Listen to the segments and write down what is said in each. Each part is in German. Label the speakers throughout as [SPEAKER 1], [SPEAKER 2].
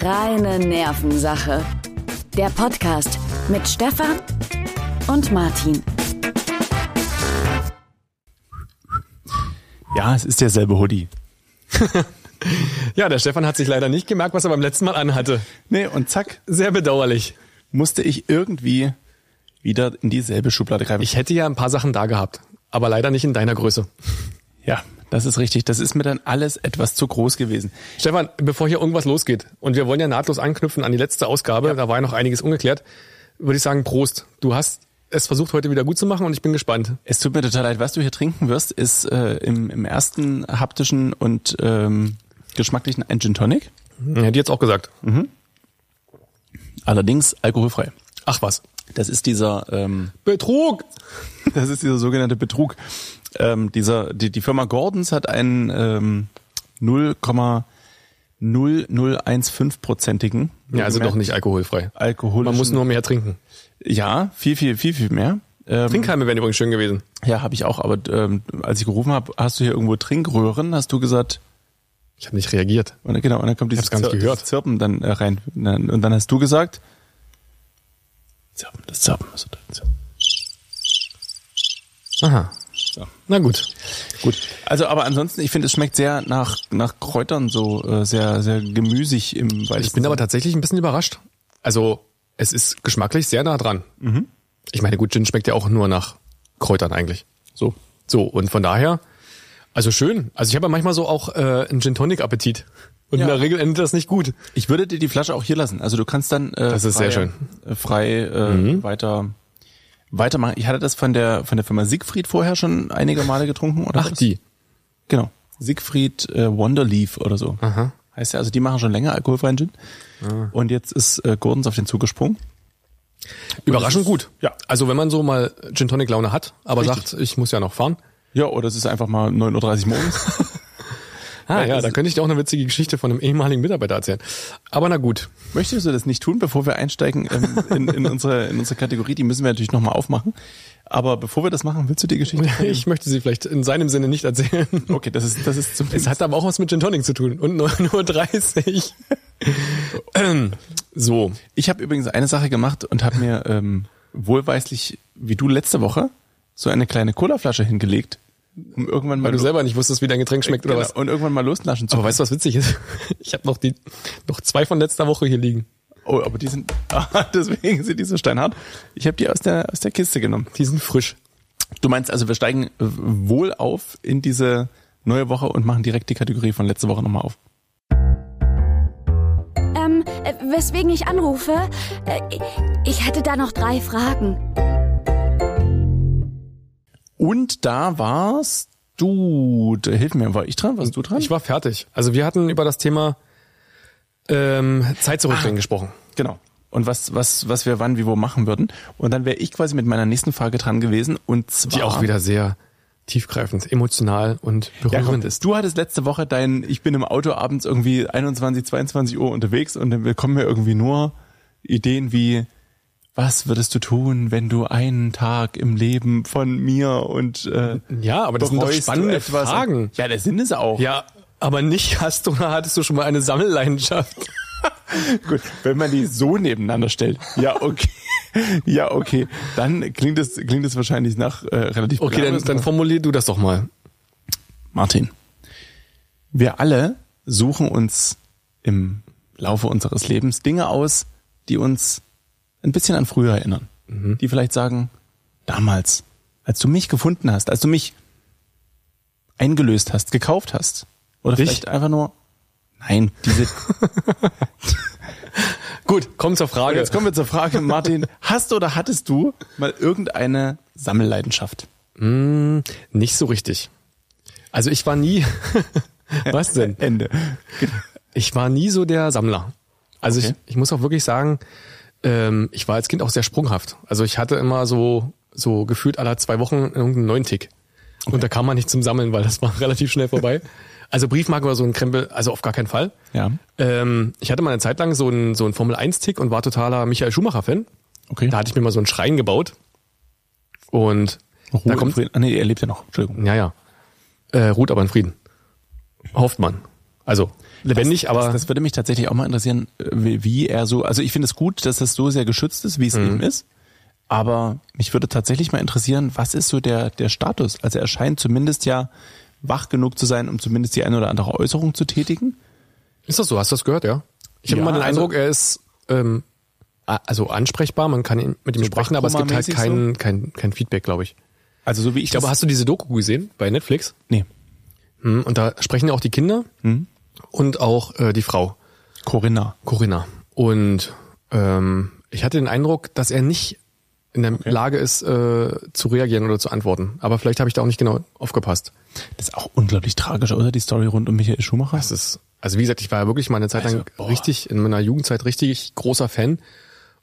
[SPEAKER 1] Reine Nervensache. Der Podcast mit Stefan und Martin.
[SPEAKER 2] Ja, es ist derselbe Hoodie.
[SPEAKER 3] Ja, der Stefan hat sich leider nicht gemerkt, was er beim letzten Mal anhatte.
[SPEAKER 2] Nee, und zack,
[SPEAKER 3] Sehr bedauerlich.
[SPEAKER 2] musste ich irgendwie wieder in dieselbe Schublade greifen.
[SPEAKER 3] Ich hätte ja ein paar Sachen da gehabt, aber leider nicht in deiner Größe.
[SPEAKER 2] ja, das ist richtig. Das ist mir dann alles etwas zu groß gewesen.
[SPEAKER 3] Stefan, bevor hier irgendwas losgeht, und wir wollen ja nahtlos anknüpfen an die letzte Ausgabe, da war ja noch einiges ungeklärt, würde ich sagen, Prost. Du hast es versucht, heute wieder gut zu machen und ich bin gespannt.
[SPEAKER 2] Es tut mir total leid, was du hier trinken wirst, ist äh, im, im ersten haptischen und ähm, geschmacklichen ein Gin Tonic.
[SPEAKER 3] Hätte ich jetzt auch gesagt.
[SPEAKER 2] Allerdings alkoholfrei.
[SPEAKER 3] Ach was.
[SPEAKER 2] Das ist dieser, ähm,
[SPEAKER 3] Betrug!
[SPEAKER 2] das ist dieser sogenannte Betrug. Ähm, dieser, die, die Firma Gordons hat einen ähm, 0,0015-prozentigen.
[SPEAKER 3] Ja, also doch nicht alkoholfrei.
[SPEAKER 2] alkoholischen.
[SPEAKER 3] Man muss nur mehr trinken.
[SPEAKER 2] ja viel, viel, viel, viel mehr. Ähm,
[SPEAKER 3] Trinkhalme wären übrigens schön gewesen.
[SPEAKER 2] ja, habe ich auch. Aber ähm, als ich gerufen habe, hast du hier irgendwo Trinkröhren? Hast du gesagt?
[SPEAKER 3] Ich habe nicht reagiert.
[SPEAKER 2] Und, dann- genau. Und dann kommt dieses
[SPEAKER 3] hab's gar nicht
[SPEAKER 2] Zir-
[SPEAKER 3] gehört.
[SPEAKER 2] dieses Zirpen dann äh, rein. Und dann- Und dann hast du gesagt? Zirpen, das Zirpen. Also das Zirpen.
[SPEAKER 3] Aha. Na gut.
[SPEAKER 2] Gut. Also, aber ansonsten, ich finde, es schmeckt sehr nach nach Kräutern so äh, sehr, sehr gemüsig im Weitesten.
[SPEAKER 3] Ich bin aber tatsächlich ein bisschen überrascht. Also, es ist geschmacklich sehr nah dran.
[SPEAKER 2] Mhm.
[SPEAKER 3] Ich meine, gut, Gin schmeckt ja auch nur nach Kräutern eigentlich.
[SPEAKER 2] so.
[SPEAKER 3] So, und von daher, also schön. Also ich habe ja manchmal so auch äh, einen Gin Tonic Appetit. Und in
[SPEAKER 2] Ja.
[SPEAKER 3] der Regel endet das nicht gut.
[SPEAKER 2] Ich würde dir die Flasche auch hier lassen. Also du kannst dann äh,
[SPEAKER 3] Das ist
[SPEAKER 2] frei,
[SPEAKER 3] sehr schön. Mhm.
[SPEAKER 2] äh, frei äh, weiter weitermachen. Ich hatte das von der von der Firma Siegfried vorher schon einige Male getrunken oder
[SPEAKER 3] Ach,
[SPEAKER 2] was?
[SPEAKER 3] die.
[SPEAKER 2] Genau. Siegfried äh, Wonderleaf oder so.
[SPEAKER 3] Aha. Ah.
[SPEAKER 2] Heißt ja, also die machen schon länger alkoholfreien Gin. Und jetzt ist äh, Gordons auf den Zug gesprungen.
[SPEAKER 3] Überraschend gut.
[SPEAKER 2] ja.
[SPEAKER 3] Also wenn man so mal Gin Tonic Laune hat, aber
[SPEAKER 2] Richtig.
[SPEAKER 3] sagt, ich muss ja noch fahren.
[SPEAKER 2] Ja, oder es ist einfach mal 9.30 Uhr morgens.
[SPEAKER 3] Ah, ja,
[SPEAKER 2] das
[SPEAKER 3] da könnte ich dir auch eine witzige Geschichte von einem ehemaligen Mitarbeiter erzählen. Aber na gut.
[SPEAKER 2] Möchtest du das nicht tun, bevor wir einsteigen ähm, in, in, unsere, in unsere Kategorie? Die müssen wir natürlich nochmal aufmachen. Aber bevor wir das machen, willst du die Geschichte?
[SPEAKER 3] Ich möchte sie vielleicht in seinem Sinne nicht erzählen.
[SPEAKER 2] Okay, das ist, das ist zum
[SPEAKER 3] Es hat aber auch was mit Gin Tonic zu tun. Und 9.30 Uhr. so.
[SPEAKER 2] Ich habe übrigens eine Sache gemacht und habe mir ähm, wohlweislich, wie du letzte Woche, so eine kleine Colaflasche hingelegt, um irgendwann mal
[SPEAKER 3] Weil du selber nicht wusstest, wie dein Getränk schmeckt
[SPEAKER 2] genau,
[SPEAKER 3] oder was. Oh.
[SPEAKER 2] und irgendwann mal loslaschen zu.
[SPEAKER 3] Aber weißt du, was witzig ist? Ich habe noch die noch zwei von letzter Woche hier liegen.
[SPEAKER 2] oh, aber die sind deswegen sind die so steinhart. Ich habe die aus der aus der Kiste genommen.
[SPEAKER 3] Die sind frisch.
[SPEAKER 2] Du meinst also, wir steigen äh, wohl auf in diese neue Woche und machen direkt die Kategorie von letzte Woche nochmal auf.
[SPEAKER 1] Ähm, äh, weswegen ich anrufe? Äh, ich hätte da noch drei Fragen.
[SPEAKER 2] Und da warst du. Hilf mir, war ich dran? Warst du dran?
[SPEAKER 3] Ich war fertig. Also wir hatten über das Thema ähm, Zeit zurückdrehen gesprochen.
[SPEAKER 2] Genau. Und was, was, was wir wann, wie, wo machen würden. Und dann wäre ich quasi mit meiner nächsten Frage dran gewesen. Und zwar.
[SPEAKER 3] Die auch wieder sehr tiefgreifend, emotional und
[SPEAKER 2] Ah. Ja,
[SPEAKER 3] berührend
[SPEAKER 2] komm,
[SPEAKER 3] ist.
[SPEAKER 2] du hattest letzte Woche dein, ich bin im Auto abends irgendwie 21, 22 Uhr unterwegs und dann bekommen wir irgendwie nur Ideen wie, was würdest du tun, wenn du einen Tag im Leben von mir und äh,
[SPEAKER 3] Ja, aber das sind doch
[SPEAKER 2] bereust du
[SPEAKER 3] spannende
[SPEAKER 2] etwas?
[SPEAKER 3] Fragen.
[SPEAKER 2] Ja, das sind es auch.
[SPEAKER 3] Ja, aber nicht hast du oder hattest du schon mal eine Sammelleidenschaft?
[SPEAKER 2] Gut, wenn man die so nebeneinander stellt. Ja, okay. Ja, okay. Dann klingt es klingt es wahrscheinlich nach äh, relativ
[SPEAKER 3] Okay, dann,
[SPEAKER 2] planlos,
[SPEAKER 3] dann
[SPEAKER 2] aber-
[SPEAKER 3] formulier du das doch mal.
[SPEAKER 2] Martin. Wir alle suchen uns im Laufe unseres Lebens Dinge aus, die uns ein bisschen an früher erinnern.
[SPEAKER 3] Mhm.
[SPEAKER 2] Die vielleicht sagen, damals, als du mich gefunden hast, als du mich eingelöst hast, gekauft hast. Oder
[SPEAKER 3] Dich?
[SPEAKER 2] vielleicht einfach nur, nein, diese,
[SPEAKER 3] Gut, komm zur Frage.
[SPEAKER 2] Jetzt kommen wir zur Frage, Martin. Hast du oder hattest du mal irgendeine Sammelleidenschaft?
[SPEAKER 3] Nicht so richtig. Also ich war nie. Was denn?
[SPEAKER 2] Ende.
[SPEAKER 3] Ich war nie so der Sammler. Also
[SPEAKER 2] Okay.
[SPEAKER 3] ich, ich muss auch wirklich sagen, ähm, ich war als Kind auch sehr sprunghaft. Also ich hatte immer so, so gefühlt alle zwei Wochen irgendeinen neuen Tick. Und da kam man nicht zum Sammeln, weil das war relativ schnell vorbei. Also Briefmarke oder so ein Krempel, also auf gar keinen Fall.
[SPEAKER 2] Ja.
[SPEAKER 3] Ähm, ich hatte mal eine Zeit lang so einen, so einen Formel-1-Tick und war totaler Michael Schumacher-Fan.
[SPEAKER 2] Okay.
[SPEAKER 3] Da hatte ich mir mal so einen Schrein gebaut. Und
[SPEAKER 2] Ruhe
[SPEAKER 3] da kommt,
[SPEAKER 2] im Frieden. Ah, nee, er lebt ja noch. Entschuldigung.
[SPEAKER 3] ja, ja. Äh, ruht aber in Frieden. Hofft man. Also, lebendig,
[SPEAKER 2] das,
[SPEAKER 3] aber
[SPEAKER 2] Das, das würde mich tatsächlich auch mal interessieren, äh, wie, wie er so, also ich finde es gut, dass es so sehr geschützt ist, wie
[SPEAKER 3] Mhm.
[SPEAKER 2] es eben ist. Aber mich würde tatsächlich mal interessieren, was ist so der, der Status? Also er scheint zumindest ja wach genug zu sein, um zumindest die eine oder andere Äußerung zu tätigen.
[SPEAKER 3] Ist das so? Hast du das gehört, ja? Ich habe
[SPEAKER 2] Ja,
[SPEAKER 3] immer den
[SPEAKER 2] also-
[SPEAKER 3] Eindruck, er ist ähm, a- also ansprechbar, man kann ihn, mit ihm sprechen, aber es gibt halt kein,
[SPEAKER 2] Sprachkoma-mäßig
[SPEAKER 3] kein, kein Feedback, glaube ich.
[SPEAKER 2] Also so wie ich,
[SPEAKER 3] Ich glaube,
[SPEAKER 2] das,
[SPEAKER 3] hast du diese Doku gesehen bei Netflix?
[SPEAKER 2] nee,
[SPEAKER 3] Hm, Und da sprechen ja auch die Kinder
[SPEAKER 2] Hm.
[SPEAKER 3] und auch äh, die Frau,
[SPEAKER 2] Corinna.
[SPEAKER 3] Corinna. Und ähm, ich hatte den Eindruck, dass er nicht in der Lage ist, äh, zu reagieren oder zu antworten. Aber vielleicht habe ich da auch nicht genau aufgepasst.
[SPEAKER 2] Das ist auch unglaublich tragisch, oder? Die Story rund um Michael Schumacher.
[SPEAKER 3] Das ist, also wie gesagt, ich war ja wirklich mal eine Zeit lang
[SPEAKER 2] Also, boah.
[SPEAKER 3] richtig, in meiner Jugendzeit richtig großer Fan.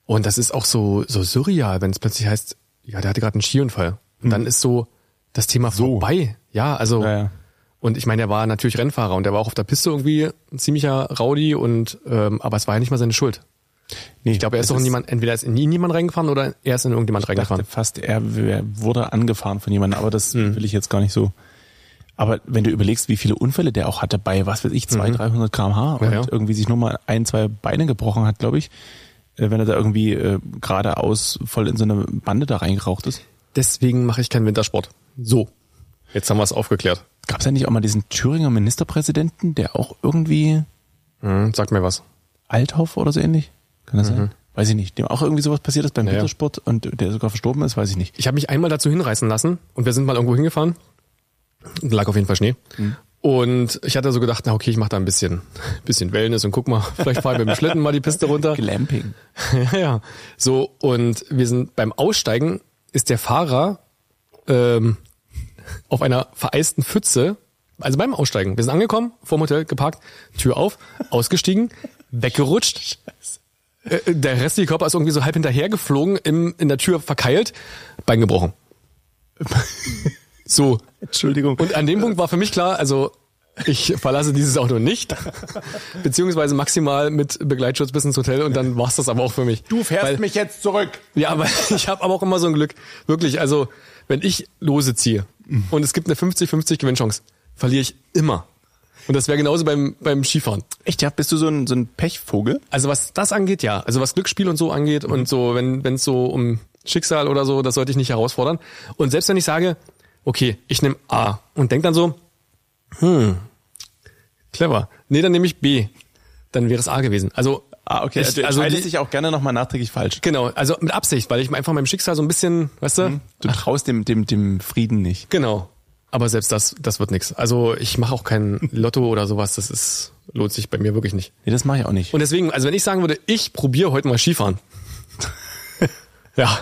[SPEAKER 3] Und das ist auch so, so surreal, wenn es plötzlich heißt, ja, der hatte gerade einen Skiunfall. Und dann ist so das Thema vorbei. Ja, also.
[SPEAKER 2] Hm. Ja, ja.
[SPEAKER 3] Und ich meine, der war natürlich Rennfahrer und der war auch auf der Piste irgendwie ein ziemlicher Rowdy und, ähm, aber es war ja nicht mal seine Schuld.
[SPEAKER 2] nee,
[SPEAKER 3] Ich glaube, er ist doch in jemand, entweder ist in ihn jemand reingefahren oder er ist in irgendjemand
[SPEAKER 2] Ich dachte
[SPEAKER 3] reingefahren.
[SPEAKER 2] fast, er wär- wurde angefahren von jemandem, aber das
[SPEAKER 3] Mhm.
[SPEAKER 2] will ich jetzt gar nicht so. Aber wenn du überlegst, wie viele Unfälle der auch hatte bei, was weiß ich, 200, 300 kmh und
[SPEAKER 3] Mhm. Ja, ja.
[SPEAKER 2] irgendwie sich nur mal ein, zwei Beine gebrochen hat, glaube ich, äh, wenn er da irgendwie äh, geradeaus voll in so eine Bande da reingeraucht ist.
[SPEAKER 3] Deswegen mache ich keinen Wintersport. So. Jetzt haben wir es aufgeklärt.
[SPEAKER 2] Gab es ja nicht auch mal diesen Thüringer Ministerpräsidenten, der auch irgendwie
[SPEAKER 3] Hm, sag mir was.
[SPEAKER 2] Althoff oder so ähnlich? Kann das sein? Weiß ich nicht. Dem auch irgendwie sowas passiert ist beim
[SPEAKER 3] Mhm. Ja, ja.
[SPEAKER 2] Wintersport und der sogar verstorben ist, weiß ich nicht.
[SPEAKER 3] Ich habe mich einmal dazu hinreißen lassen und wir sind mal irgendwo hingefahren. Lag auf jeden Fall Schnee. Und ich hatte so gedacht, na okay, ich mache da ein bisschen, bisschen Wellness und guck mal, vielleicht fahren wir mit dem Schlitten mal die Piste runter.
[SPEAKER 2] Genau. Glamping.
[SPEAKER 3] Ja, ja. So, und wir sind beim Aussteigen, ist der Fahrer ähm, auf einer vereisten Pfütze, also beim Aussteigen. Wir sind angekommen, vorm Hotel geparkt, Tür auf, ausgestiegen, weggerutscht. Äh, Der restliche Körper ist irgendwie so halb hinterher geflogen, im, in der Tür verkeilt, Bein gebrochen. So.
[SPEAKER 2] Entschuldigung.
[SPEAKER 3] Und an dem Punkt war für mich klar, also ich verlasse dieses Auto nicht, beziehungsweise maximal mit Begleitschutz bis ins Hotel und dann war's das aber auch für mich. Weil-
[SPEAKER 2] mich jetzt zurück.
[SPEAKER 3] ja, aber ich habe aber auch immer so ein Glück. Wirklich, also wenn ich lose ziehe und es gibt eine 50-50 Gewinnchance, verliere ich immer. Und das wäre genauso beim, beim Skifahren.
[SPEAKER 2] Echt, ja? Bist du so ein, so ein Pechvogel?
[SPEAKER 3] Also was das angeht, ja. Also was Glücksspiel und so angeht und so, wenn es so um Schicksal oder so, das sollte ich nicht herausfordern. Und selbst wenn ich sage, okay, ich nehme A und denk dann so, hm, clever. Nee, dann nehme ich B. Dann wäre es A gewesen. Also,
[SPEAKER 2] Ah, okay.
[SPEAKER 3] Ich-
[SPEAKER 2] also,
[SPEAKER 3] also
[SPEAKER 2] also
[SPEAKER 3] die-
[SPEAKER 2] sich auch gerne nochmal nachträglich falsch.
[SPEAKER 3] genau, also mit Absicht, weil ich einfach meinem Schicksal so ein bisschen, weißt du,
[SPEAKER 2] Genau. Du traust dem, dem, dem Frieden nicht.
[SPEAKER 3] Genau. Aber selbst das, das wird nix. Also ich mache auch kein Lotto oder sowas. Das ist lohnt sich bei mir wirklich nicht.
[SPEAKER 2] Nee, das mache ich auch nicht.
[SPEAKER 3] Und deswegen, also wenn ich sagen würde, ich probiere heute mal Skifahren. ja,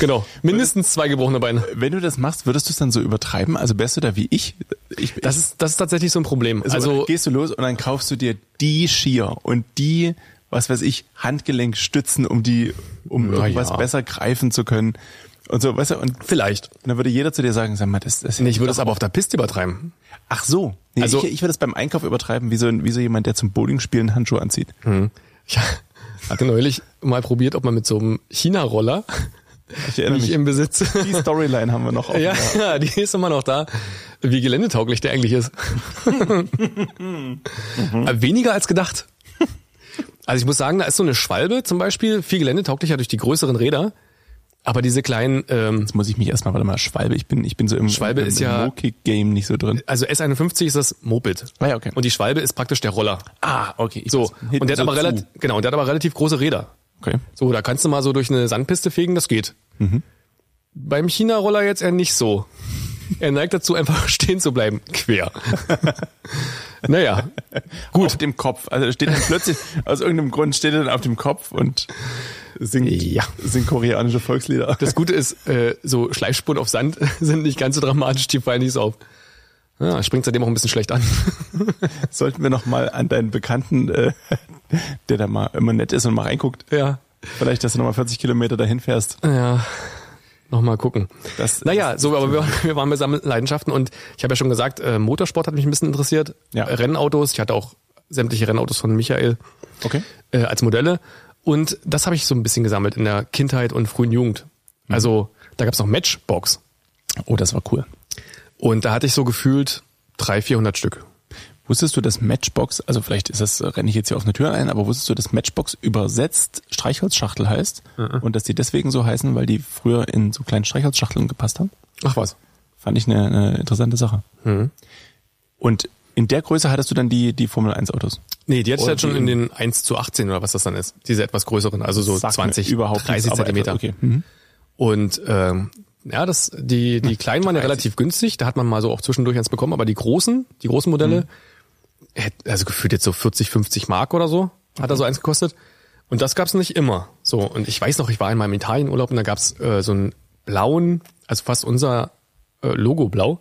[SPEAKER 3] genau. Mindestens zwei gebrochene Beine.
[SPEAKER 2] wenn du das machst, würdest du es dann so übertreiben? Also wärst du da wie ich? ich
[SPEAKER 3] Das ist, das ist tatsächlich so ein Problem.
[SPEAKER 2] so,
[SPEAKER 3] Also
[SPEAKER 2] gehst du los und dann kaufst du dir die Skier und die, was weiß ich, Handgelenkstützen, um die, um
[SPEAKER 3] Na
[SPEAKER 2] irgendwas
[SPEAKER 3] ja.
[SPEAKER 2] besser greifen zu können. Und so, weißt du, und, und
[SPEAKER 3] vielleicht.
[SPEAKER 2] dann würde jeder zu dir sagen, sag mal, das, das
[SPEAKER 3] Nee, ich würde es aber auf der Piste übertreiben.
[SPEAKER 2] Ach so. Nee,
[SPEAKER 3] Also-
[SPEAKER 2] also, ich, ich würde es beim Einkauf übertreiben, wie so, ein- wie so jemand, der zum Bowling spielen Handschuhe anzieht.
[SPEAKER 3] Ich hatte neulich mal probiert, ob man mit so einem China-Roller,
[SPEAKER 2] Ich
[SPEAKER 3] den
[SPEAKER 2] erinnere
[SPEAKER 3] ich
[SPEAKER 2] mich.
[SPEAKER 3] im Besitz
[SPEAKER 2] Die Storyline haben wir noch offen.
[SPEAKER 3] Ja, ja, die ist immer noch da. Wie geländetauglich der eigentlich ist. Aber Weniger als gedacht. Also ich muss sagen, da ist so eine Schwalbe zum Beispiel viel geländetauglicher durch die größeren Räder. Aber diese kleinen, ähm,
[SPEAKER 2] Jetzt muss ich mich erstmal, warte mal, Schwalbe, ich bin, ich bin so im,
[SPEAKER 3] Schwalbe
[SPEAKER 2] im,
[SPEAKER 3] ist
[SPEAKER 2] im
[SPEAKER 3] ja-
[SPEAKER 2] No-Kick-Game nicht so drin.
[SPEAKER 3] also S51 ist das Moped.
[SPEAKER 2] Ah ja, okay.
[SPEAKER 3] Und die Schwalbe ist praktisch der Roller.
[SPEAKER 2] Ah, okay. Ich
[SPEAKER 3] So.
[SPEAKER 2] Hinten
[SPEAKER 3] Und der hat aber
[SPEAKER 2] zu.
[SPEAKER 3] relativ, genau, und der hat aber relativ große Räder.
[SPEAKER 2] Okay.
[SPEAKER 3] So, da kannst du mal so durch eine Sandpiste fegen, das geht. Beim China-Roller jetzt eher nicht so. Er neigt dazu, einfach stehen zu bleiben. Quer. naja,
[SPEAKER 2] Gut. Auf dem Kopf. Also steht dann plötzlich, aus irgendeinem Grund steht er dann auf dem Kopf und singt,
[SPEAKER 3] Ja.
[SPEAKER 2] singt koreanische Volkslieder.
[SPEAKER 3] das Gute ist, äh, so Schleifspuren auf Sand sind nicht ganz so dramatisch, die fallen nicht so auf. Ja, springt seitdem auch ein bisschen schlecht an.
[SPEAKER 2] Sollten wir noch mal an deinen Bekannten, äh, der da mal immer nett ist und mal reinguckt,
[SPEAKER 3] ja,
[SPEAKER 2] vielleicht, dass du nochmal 40 Kilometer dahin fährst.
[SPEAKER 3] ja. Nochmal gucken.
[SPEAKER 2] Das-
[SPEAKER 3] naja, so, aber wir, wir waren bei Sammelleidenschaften und ich habe ja schon gesagt, äh, Motorsport hat mich ein bisschen interessiert.
[SPEAKER 2] Ja.
[SPEAKER 3] Rennautos, ich hatte auch sämtliche Rennautos von Michael.
[SPEAKER 2] Okay.
[SPEAKER 3] äh, als Modelle. Und das habe ich so ein bisschen gesammelt in der Kindheit und frühen Jugend.
[SPEAKER 2] Mhm.
[SPEAKER 3] Also da gab es noch Matchbox.
[SPEAKER 2] Oh, das war cool.
[SPEAKER 3] Und da hatte ich so gefühlt 300, 400 Stück.
[SPEAKER 2] Wusstest du, dass Matchbox, also vielleicht ist das, renne ich jetzt hier auf eine Tür ein, aber wusstest du, dass Matchbox übersetzt Streichholzschachtel heißt
[SPEAKER 3] Mhm.
[SPEAKER 2] und dass die deswegen so heißen, weil die früher in so kleinen Streichholzschachteln gepasst haben?
[SPEAKER 3] Ach was.
[SPEAKER 2] Fand ich eine, eine interessante Sache.
[SPEAKER 3] Mhm.
[SPEAKER 2] Und in der Größe hattest du dann die, die Formel 1 Autos.
[SPEAKER 3] Nee, die hatte ich
[SPEAKER 2] Oder
[SPEAKER 3] halt schon
[SPEAKER 2] die-
[SPEAKER 3] in den 1 zu 18 oder was das dann ist. Diese etwas größeren, also so
[SPEAKER 2] Sagt mir
[SPEAKER 3] 20,
[SPEAKER 2] überhaupt
[SPEAKER 3] 30
[SPEAKER 2] nichts, aber
[SPEAKER 3] Zentimeter.
[SPEAKER 2] Okay. Mhm.
[SPEAKER 3] Und ähm, ja, das, die, die kleinen waren ja relativ günstig, da hat man mal so auch zwischendurch eins bekommen, aber die großen, die großen Modelle,
[SPEAKER 2] Mhm.
[SPEAKER 3] hätt- also gefühlt jetzt so 40, 50 Mark oder so, hat da so eins gekostet. Und das gab's nicht immer. So, und ich weiß noch, ich war in meinem Italienurlaub und da gab's äh, so einen blauen, also fast unser äh, Logo blau,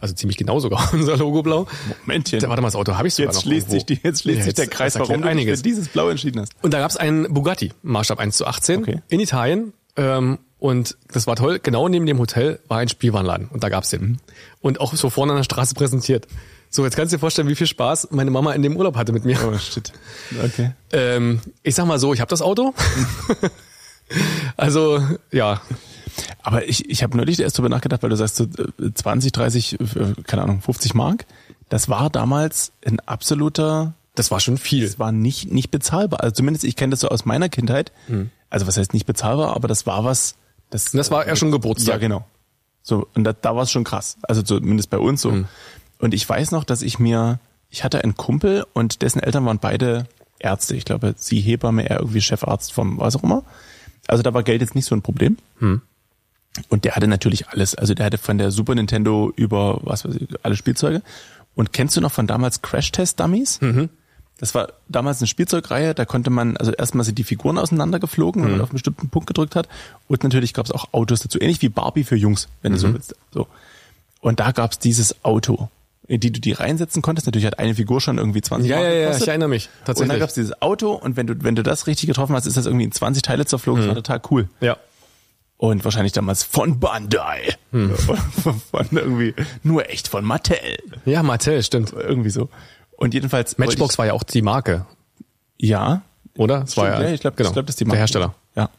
[SPEAKER 3] also ziemlich genau sogar unser Logo blau.
[SPEAKER 2] Mhm. Momentchen.
[SPEAKER 3] Da, warte mal, das Auto habe ich sogar
[SPEAKER 2] Jetzt
[SPEAKER 3] noch
[SPEAKER 2] schließt, sich,
[SPEAKER 3] irgendwo.
[SPEAKER 2] die, jetzt schließt
[SPEAKER 3] Ja,
[SPEAKER 2] sich der
[SPEAKER 3] jetzt-
[SPEAKER 2] Kreis,
[SPEAKER 3] das
[SPEAKER 2] warum
[SPEAKER 3] erklärt
[SPEAKER 2] du dich für
[SPEAKER 3] einiges.
[SPEAKER 2] dieses Blau entschieden hast.
[SPEAKER 3] Und da gab's einen Bugatti, Maßstab 1 zu 18,
[SPEAKER 2] Okay.
[SPEAKER 3] in Italien. Ähm, und das war toll. Genau neben dem Hotel war ein Spielwarenladen. Und da gab's den.
[SPEAKER 2] Mhm.
[SPEAKER 3] Und auch so vorne an der Straße präsentiert. So, jetzt kannst du dir vorstellen, wie viel Spaß meine Mama in dem Urlaub hatte mit mir.
[SPEAKER 2] Oh shit. Okay.
[SPEAKER 3] Ähm, ich sag mal so, ich habe das Auto. also, ja.
[SPEAKER 2] Aber ich, ich habe neulich erst darüber nachgedacht, weil du sagst, so äh, 20, 30, äh, keine Ahnung, 50 Mark. Das war damals ein absoluter,
[SPEAKER 3] Das war schon viel.
[SPEAKER 2] das war nicht, nicht bezahlbar. Also zumindest, ich kenne das so aus meiner Kindheit. Also was heißt nicht bezahlbar, aber das war was, das,
[SPEAKER 3] Mhm. Das war ja schon Geburtstag.
[SPEAKER 2] Ja, genau. So, und da, da war es schon krass. Also zumindest bei uns so.
[SPEAKER 3] Mhm.
[SPEAKER 2] Und ich weiß noch, dass ich mir, ich hatte einen Kumpel und dessen Eltern waren beide Ärzte. Ich glaube, sie Hebamme, er irgendwie Chefarzt vom was auch immer. Also da war Geld jetzt nicht so ein Problem. Und der hatte natürlich alles. Also der hatte von der Super Nintendo über was weiß ich, alle Spielzeuge. Und kennst du noch von damals Crash Test Dummies?
[SPEAKER 3] Mhm.
[SPEAKER 2] Das war damals eine Spielzeugreihe, da konnte man, also erstmal sind die Figuren auseinandergeflogen, wenn
[SPEAKER 3] Mhm.
[SPEAKER 2] man auf einen bestimmten Punkt gedrückt hat. Und natürlich gab es auch Autos dazu, ähnlich wie Barbie für Jungs, wenn du
[SPEAKER 3] Mhm.
[SPEAKER 2] so willst. So. Und da gab es dieses Auto, in die du die reinsetzen konntest. Natürlich hat eine Figur schon irgendwie 20
[SPEAKER 3] Ja,
[SPEAKER 2] Mark
[SPEAKER 3] ja, ja, ich
[SPEAKER 2] gekostet.
[SPEAKER 3] erinnere mich.
[SPEAKER 2] Und dann
[SPEAKER 3] Tatsächlich.
[SPEAKER 2] gab es dieses Auto und wenn du, wenn du das richtig getroffen hast, ist das irgendwie in 20 Teile zerflogen.
[SPEAKER 3] Mhm.
[SPEAKER 2] Das war total cool.
[SPEAKER 3] ja.
[SPEAKER 2] Und wahrscheinlich damals von Bandai.
[SPEAKER 3] Hm.
[SPEAKER 2] Von, von irgendwie, nur echt von Mattel.
[SPEAKER 3] Ja, Mattel, stimmt.
[SPEAKER 2] Irgendwie so. Und jedenfalls. wollte
[SPEAKER 3] Matchbox war ja auch die Marke,
[SPEAKER 2] Ich, ja.
[SPEAKER 3] oder? Es war
[SPEAKER 2] Stimmt,
[SPEAKER 3] ja,
[SPEAKER 2] ich glaube,
[SPEAKER 3] genau,
[SPEAKER 2] ich glaub, das ist die
[SPEAKER 3] der Hersteller.
[SPEAKER 2] Ja.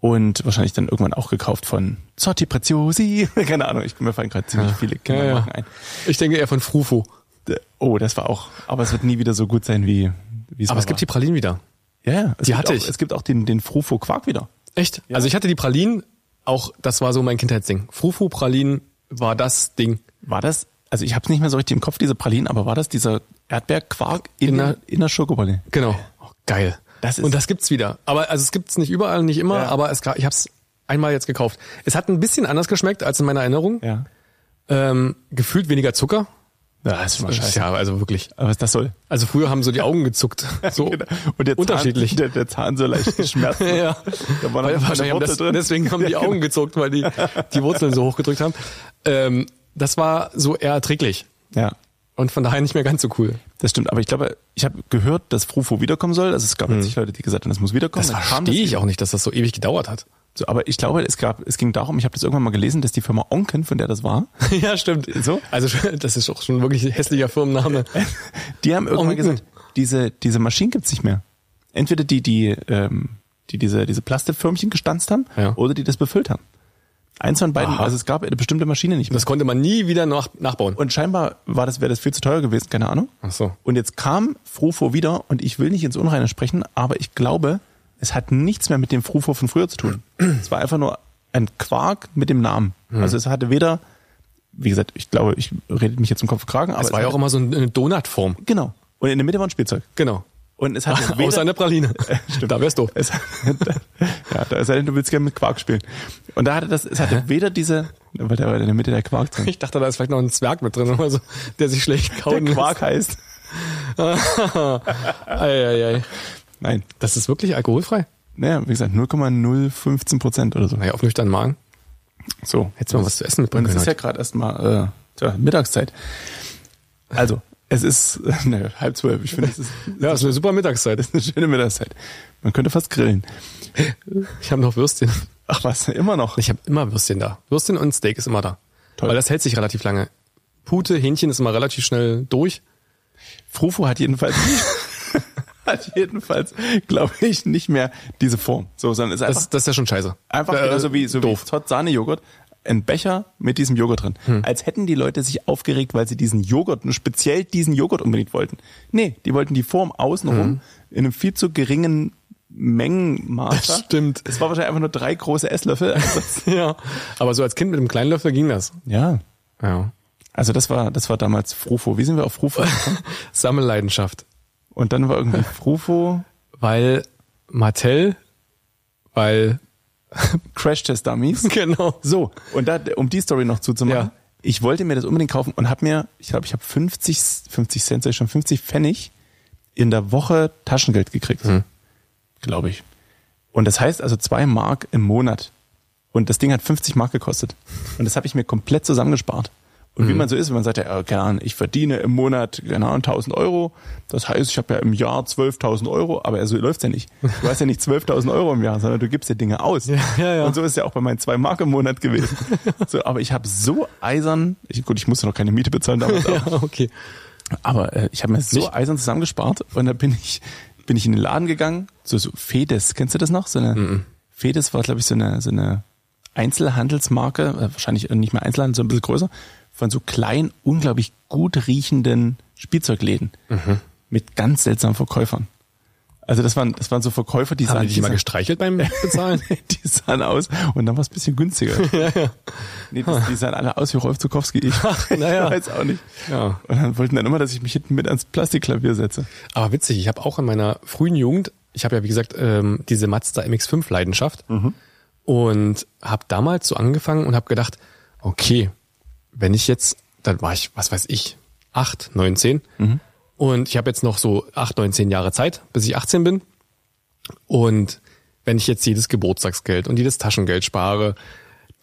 [SPEAKER 2] Und wahrscheinlich dann irgendwann auch gekauft von Zotti Preziosi. Keine Ahnung, ich, mir fallen gerade ziemlich viele
[SPEAKER 3] Ja, ja.
[SPEAKER 2] Kindermarken ein.
[SPEAKER 3] Ich denke eher von Frufo.
[SPEAKER 2] D- Oh, das war auch. Aber es wird nie wieder so gut sein wie wie
[SPEAKER 3] Aber es gibt die Pralinen wieder.
[SPEAKER 2] die. Ja, ja. Es
[SPEAKER 3] die
[SPEAKER 2] gibt
[SPEAKER 3] hatte
[SPEAKER 2] auch,
[SPEAKER 3] ich.
[SPEAKER 2] Es gibt auch den den Frufo Quark wieder.
[SPEAKER 3] Echt? Also ich hatte die Pralinen, auch das war so mein Kindheitsding. Frufu Pralinen war das Ding.
[SPEAKER 2] War das? Also ich habe es nicht mehr so richtig im Kopf diese Pralinen, aber war das dieser Erdbeerquark in,
[SPEAKER 3] In
[SPEAKER 2] der
[SPEAKER 3] der-
[SPEAKER 2] in der Schokopraline?
[SPEAKER 3] Genau. Oh, geil.
[SPEAKER 2] Das ist-
[SPEAKER 3] Und das gibt's wieder. Aber also es gibt's nicht überall, nicht immer,
[SPEAKER 2] Ja.
[SPEAKER 3] aber es, ga- ich hab's einmal jetzt gekauft. Es hat ein bisschen anders geschmeckt als in meiner Erinnerung.
[SPEAKER 2] Ja.
[SPEAKER 3] Ähm, gefühlt weniger Zucker.
[SPEAKER 2] Ja, das ist schon mal scheiße.
[SPEAKER 3] Ja, also wirklich.
[SPEAKER 2] Aber was das soll?
[SPEAKER 3] Also früher haben so die Augen gezuckt. So
[SPEAKER 2] Genau. Und der
[SPEAKER 3] unterschiedlich.
[SPEAKER 2] Zahn, der, der Zahn so leicht geschmerzt.
[SPEAKER 3] Ja, ja.
[SPEAKER 2] Da war noch
[SPEAKER 3] Weil
[SPEAKER 2] eine
[SPEAKER 3] wahrscheinlich haben
[SPEAKER 2] Wurzel
[SPEAKER 3] das,
[SPEAKER 2] drin.
[SPEAKER 3] deswegen haben die Augen gezuckt, weil die die Wurzeln so hochgedrückt haben. Ähm, das war so eher erträglich
[SPEAKER 2] Ja.
[SPEAKER 3] und von daher nicht mehr ganz so cool.
[SPEAKER 2] Das stimmt, aber ich glaube, ich habe gehört, dass Frufo wiederkommen soll. Also es gab jetzt nicht Leute, die gesagt haben, das muss wiederkommen.
[SPEAKER 3] Mhm. Das
[SPEAKER 2] Dann kam
[SPEAKER 3] verstehe ich auch nicht, dass das so ewig gedauert hat.
[SPEAKER 2] So, aber ich glaube, es gab, es ging darum, ich habe das irgendwann mal gelesen, dass die Firma Onken, von der das war,
[SPEAKER 3] ja, stimmt.
[SPEAKER 2] So?
[SPEAKER 3] Also das ist auch schon wirklich ein hässlicher Firmenname.
[SPEAKER 2] die haben irgendwann
[SPEAKER 3] Onken.
[SPEAKER 2] gesagt, diese, diese Maschinen gibt's nicht mehr. Entweder die, die, ähm, die diese, diese Plastikförmchen gestanzt haben
[SPEAKER 3] Ja.
[SPEAKER 2] oder die das befüllt haben. Eins von beiden,
[SPEAKER 3] Aha.
[SPEAKER 2] also es gab eine bestimmte Maschine nicht mehr.
[SPEAKER 3] Das konnte man nie wieder nach, nachbauen.
[SPEAKER 2] Und scheinbar war das, wäre das viel zu teuer gewesen, keine Ahnung.
[SPEAKER 3] Ach so.
[SPEAKER 2] Und jetzt kam Frufo wieder und ich will nicht ins Unreine sprechen, aber ich glaube, es hat nichts mehr mit dem Frufo von früher zu tun. Es war einfach nur ein Quark mit dem Namen.
[SPEAKER 3] Hm.
[SPEAKER 2] Also es hatte weder, wie gesagt, ich glaube, ich rede mich jetzt im Kopf und Kragen, aber
[SPEAKER 3] Das war ja auch
[SPEAKER 2] hatte,
[SPEAKER 3] immer so eine Donutform.
[SPEAKER 2] genau. Und in der Mitte war ein Spielzeug.
[SPEAKER 3] Genau.
[SPEAKER 2] Und es hatte
[SPEAKER 3] Außer
[SPEAKER 2] weder,
[SPEAKER 3] eine Praline. Da wärst du.
[SPEAKER 2] es, ja, da, es sei denn, du willst gerne mit Quark spielen. Und da hatte das, es hatte weder diese, weil da war in der Mitte der Quark drin.
[SPEAKER 3] Ich dachte, da ist vielleicht noch ein Zwerg mit drin oder so, der sich schlecht
[SPEAKER 2] Der
[SPEAKER 3] kauen
[SPEAKER 2] Quark heißt.
[SPEAKER 3] lässt. Ei, ei, ei.
[SPEAKER 2] Nein.
[SPEAKER 3] Das ist wirklich alkoholfrei.
[SPEAKER 2] Naja, wie gesagt, 0,015 Prozent oder so.
[SPEAKER 3] Naja, auf nüchtern Magen.
[SPEAKER 2] So.
[SPEAKER 3] Hättest du mal was zu essen mitbringen
[SPEAKER 2] Und es
[SPEAKER 3] können
[SPEAKER 2] ist ja gerade erstmal äh, tja, Mittagszeit. Also, es ist äh, ne, halb zwölf. Ich finde, es ist
[SPEAKER 3] Ja, ist eine super Mittagszeit.
[SPEAKER 2] eine schöne Mittagszeit. Man könnte fast grillen.
[SPEAKER 3] Ich habe noch Würstchen.
[SPEAKER 2] Ach was, immer noch.
[SPEAKER 3] Ich habe immer Würstchen da. Würstchen und Steak ist immer da.
[SPEAKER 2] Toll.
[SPEAKER 3] Weil das hält sich relativ lange. Pute, Hähnchen ist immer relativ schnell durch.
[SPEAKER 2] Frufo hat jedenfalls hat jedenfalls, glaube ich, nicht mehr diese Form. So, sondern ist einfach,
[SPEAKER 3] Das, das ist ja schon scheiße.
[SPEAKER 2] einfach
[SPEAKER 3] Äh,
[SPEAKER 2] genauso wie so
[SPEAKER 3] doof. Hm.
[SPEAKER 2] wie Tott Sahne Joghurt. einen Becher mit diesem Joghurt drin. Als hätten die Leute sich aufgeregt, weil sie diesen Joghurt, und speziell diesen Joghurt unbedingt wollten. Nee, die wollten die Form außenrum
[SPEAKER 3] Hm.
[SPEAKER 2] in einem viel zu geringen Mengenmaß.
[SPEAKER 3] Das stimmt.
[SPEAKER 2] Es war wahrscheinlich einfach nur drei große Esslöffel.
[SPEAKER 3] ja. Aber so als Kind mit einem kleinen Löffel ging das.
[SPEAKER 2] ja.
[SPEAKER 3] Ja.
[SPEAKER 2] Also das war, das war damals Frufo. Wie sind wir auf Frufo? gekommen?
[SPEAKER 3] Sammelleidenschaft.
[SPEAKER 2] Und dann war irgendwie Frufo
[SPEAKER 3] Weil Mattel, weil,
[SPEAKER 2] Crash Test Dummies.
[SPEAKER 3] genau.
[SPEAKER 2] So, und da, um die Story noch zuzumachen,
[SPEAKER 3] Ja.
[SPEAKER 2] ich wollte mir das unbedingt kaufen und habe mir, ich glaube, ich habe 50, 50 Cent, sag ich schon 50 Pfennig in der Woche Taschengeld gekriegt.
[SPEAKER 3] Mhm.
[SPEAKER 2] Glaube ich. Und das heißt also zwei Mark im Monat. Und das Ding hat 50 Mark gekostet. Und das habe ich mir komplett zusammengespart. Und
[SPEAKER 3] Mhm.
[SPEAKER 2] wie man so ist, wenn man sagt, ja, äh, keine Ahnung, ich verdiene im Monat, keine Ahnung, 1000 Euro. Das heißt, ich habe ja im Jahr 12.000 Euro, aber so läuft's ja nicht. Du hast ja nicht 12.000 Euro im Jahr, sondern du gibst dir Dinge aus.
[SPEAKER 3] ja, ja.
[SPEAKER 2] Und so ist es ja auch bei meinen zwei Mark im Monat gewesen. so, aber ich habe so eisern, ich, gut, ich musste noch keine Miete bezahlen damals, aber
[SPEAKER 3] Ja, okay.
[SPEAKER 2] aber äh, ich habe mir so
[SPEAKER 3] Nicht-
[SPEAKER 2] eisern zusammengespart und dann bin ich, bin ich in den Laden gegangen, so, so Fedes, kennst du das noch? So eine Fedes war, glaube ich, so eine, so eine Einzelhandelsmarke, äh, wahrscheinlich nicht mehr Einzelhandel, so ein bisschen größer, von so kleinen, unglaublich gut riechenden Spielzeugläden
[SPEAKER 3] Mhm.
[SPEAKER 2] mit ganz seltsamen Verkäufern. Also das waren, das waren so Verkäufer, die
[SPEAKER 3] Haben
[SPEAKER 2] sahen,
[SPEAKER 3] die dich mal
[SPEAKER 2] sahen-
[SPEAKER 3] gestreichelt beim Bezahlen?
[SPEAKER 2] die sahen aus und dann war es ein bisschen günstiger. Nee, das, die sahen alle aus wie Rolf Zukowski. Ich,
[SPEAKER 3] naja.
[SPEAKER 2] ich weiß auch nicht.
[SPEAKER 3] Ja.
[SPEAKER 2] Und dann wollten dann immer, dass ich mich hinten mit ans Plastikklavier setze.
[SPEAKER 3] Aber Ah, witzig, ich habe auch in meiner frühen Jugend, ich habe ja wie gesagt ähm, diese Mazda MX5 Leidenschaft und habe damals so angefangen und habe gedacht, okay, wenn ich jetzt, dann war ich, was weiß ich, 8, 19 und ich habe jetzt noch so 8, 19 Jahre Zeit, bis ich 18 bin und wenn ich jetzt jedes Geburtstagsgeld und jedes Taschengeld spare,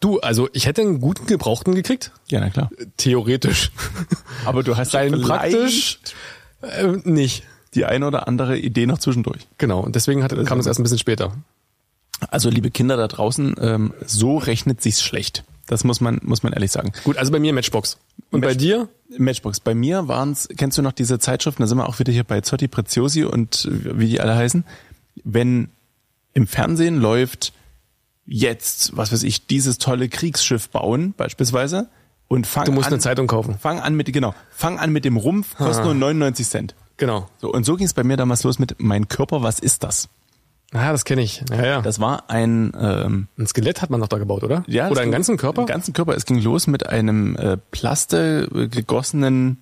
[SPEAKER 3] du, also ich hätte einen guten Gebrauchten gekriegt,
[SPEAKER 2] Ja, na klar.
[SPEAKER 3] theoretisch,
[SPEAKER 2] Aber du hast
[SPEAKER 3] rein
[SPEAKER 2] vielleicht
[SPEAKER 3] praktisch äh, nicht.
[SPEAKER 2] die eine oder andere Idee noch zwischendurch.
[SPEAKER 3] Genau, und deswegen hat, kam es erst ein bisschen später.
[SPEAKER 2] Also liebe Kinder da draußen, ähm, so rechnet sich's schlecht. Das muss man, muss man ehrlich sagen.
[SPEAKER 3] Gut, also bei mir Matchbox. Und bei
[SPEAKER 2] Match-
[SPEAKER 3] dir?
[SPEAKER 2] Matchbox, bei mir waren's, kennst du noch diese Zeitschriften, da sind wir auch wieder hier bei Zotti Preziosi und äh, wie die alle heißen, wenn im Fernsehen läuft jetzt, was weiß ich, dieses tolle Kriegsschiff bauen beispielsweise und fang
[SPEAKER 3] Du musst
[SPEAKER 2] an,
[SPEAKER 3] eine Zeitung Ah. kaufen.
[SPEAKER 2] fang an mit genau, fang an mit dem Rumpf, kostet nur 99 Cent.
[SPEAKER 3] Genau.
[SPEAKER 2] So, und so ging es bei mir damals los mit Mein Körper, was ist das?
[SPEAKER 3] Ah, das kenne ich. Ja, ja.
[SPEAKER 2] Das war ein, ähm,
[SPEAKER 3] ein Skelett hat man noch da gebaut, oder?
[SPEAKER 2] ja,
[SPEAKER 3] Oder
[SPEAKER 2] das
[SPEAKER 3] einen
[SPEAKER 2] ging-
[SPEAKER 3] ganzen Körper?
[SPEAKER 2] Einen ganzen Körper. Es ging los mit einem äh, Plaste äh, gegossenen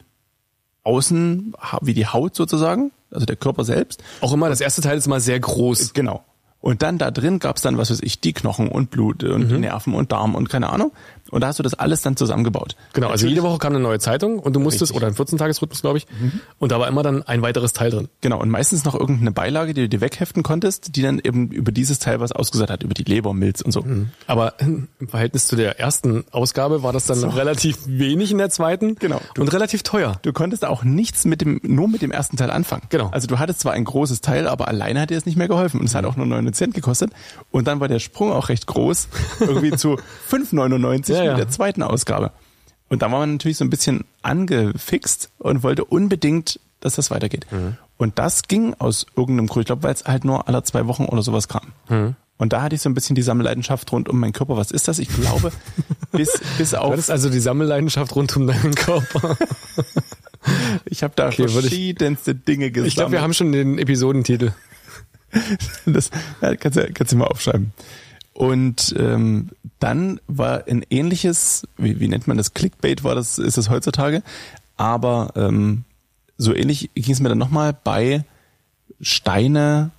[SPEAKER 2] Außen, ha- wie die Haut sozusagen, also der Körper selbst.
[SPEAKER 3] Auch immer, das erste Teil ist mal sehr groß.
[SPEAKER 2] Genau. Und dann da drin gab's dann, was weiß ich, die Knochen und Blut und
[SPEAKER 3] Mhm.
[SPEAKER 2] Nerven und Darm und keine Ahnung. Und da hast du das alles dann zusammengebaut.
[SPEAKER 3] Genau, also jede Woche kam eine neue Zeitung und du musstest,
[SPEAKER 2] Richtig. Mhm.
[SPEAKER 3] oder ein 14-Tages-Rhythmus, glaube ich, und da war immer dann ein weiteres Teil drin.
[SPEAKER 2] Genau, und meistens noch irgendeine Beilage, die du dir wegheften konntest, die dann eben über dieses Teil was ausgesagt hat, über die Leber, Milz und so.
[SPEAKER 3] Aber im Verhältnis zu der ersten Ausgabe war das dann relativ wenig in der zweiten
[SPEAKER 2] Genau.
[SPEAKER 3] und relativ teuer.
[SPEAKER 2] Du konntest auch nichts mit dem, nur mit dem ersten Teil anfangen.
[SPEAKER 3] Genau. Mhm.
[SPEAKER 2] Also du hattest zwar ein großes Teil, aber alleine hat dir das nicht mehr geholfen. Und es hat auch nur 99 Cent gekostet. Und dann war der Sprung auch recht groß. Irgendwie zu 5,99
[SPEAKER 3] Ja,
[SPEAKER 2] mit
[SPEAKER 3] ja.
[SPEAKER 2] der zweiten Ausgabe. Und da war man natürlich so ein bisschen angefixt und wollte unbedingt, dass das weitergeht.
[SPEAKER 3] Mhm.
[SPEAKER 2] Und das ging aus irgendeinem Grund. Ich glaube, weil es halt nur alle zwei Wochen oder sowas kam.
[SPEAKER 3] Mhm.
[SPEAKER 2] Und da hatte ich so ein bisschen die Sammelleidenschaft rund um meinen Körper. Was ist das? Ich glaube, bis, bis
[SPEAKER 3] Du
[SPEAKER 2] auf
[SPEAKER 3] hattest also die Sammelleidenschaft rund um deinen Körper.
[SPEAKER 2] Ich habe da
[SPEAKER 3] würde ich-
[SPEAKER 2] verschiedenste Dinge gesammelt.
[SPEAKER 3] Ich glaube, wir haben schon den Episodentitel.
[SPEAKER 2] das ja, kannst, du, kannst du mal aufschreiben. Und ähm, dann war ein ähnliches, wie, wie nennt man das, Clickbait war das, ist das heutzutage, aber ähm, so ähnlich ging es mir dann nochmal bei Steine,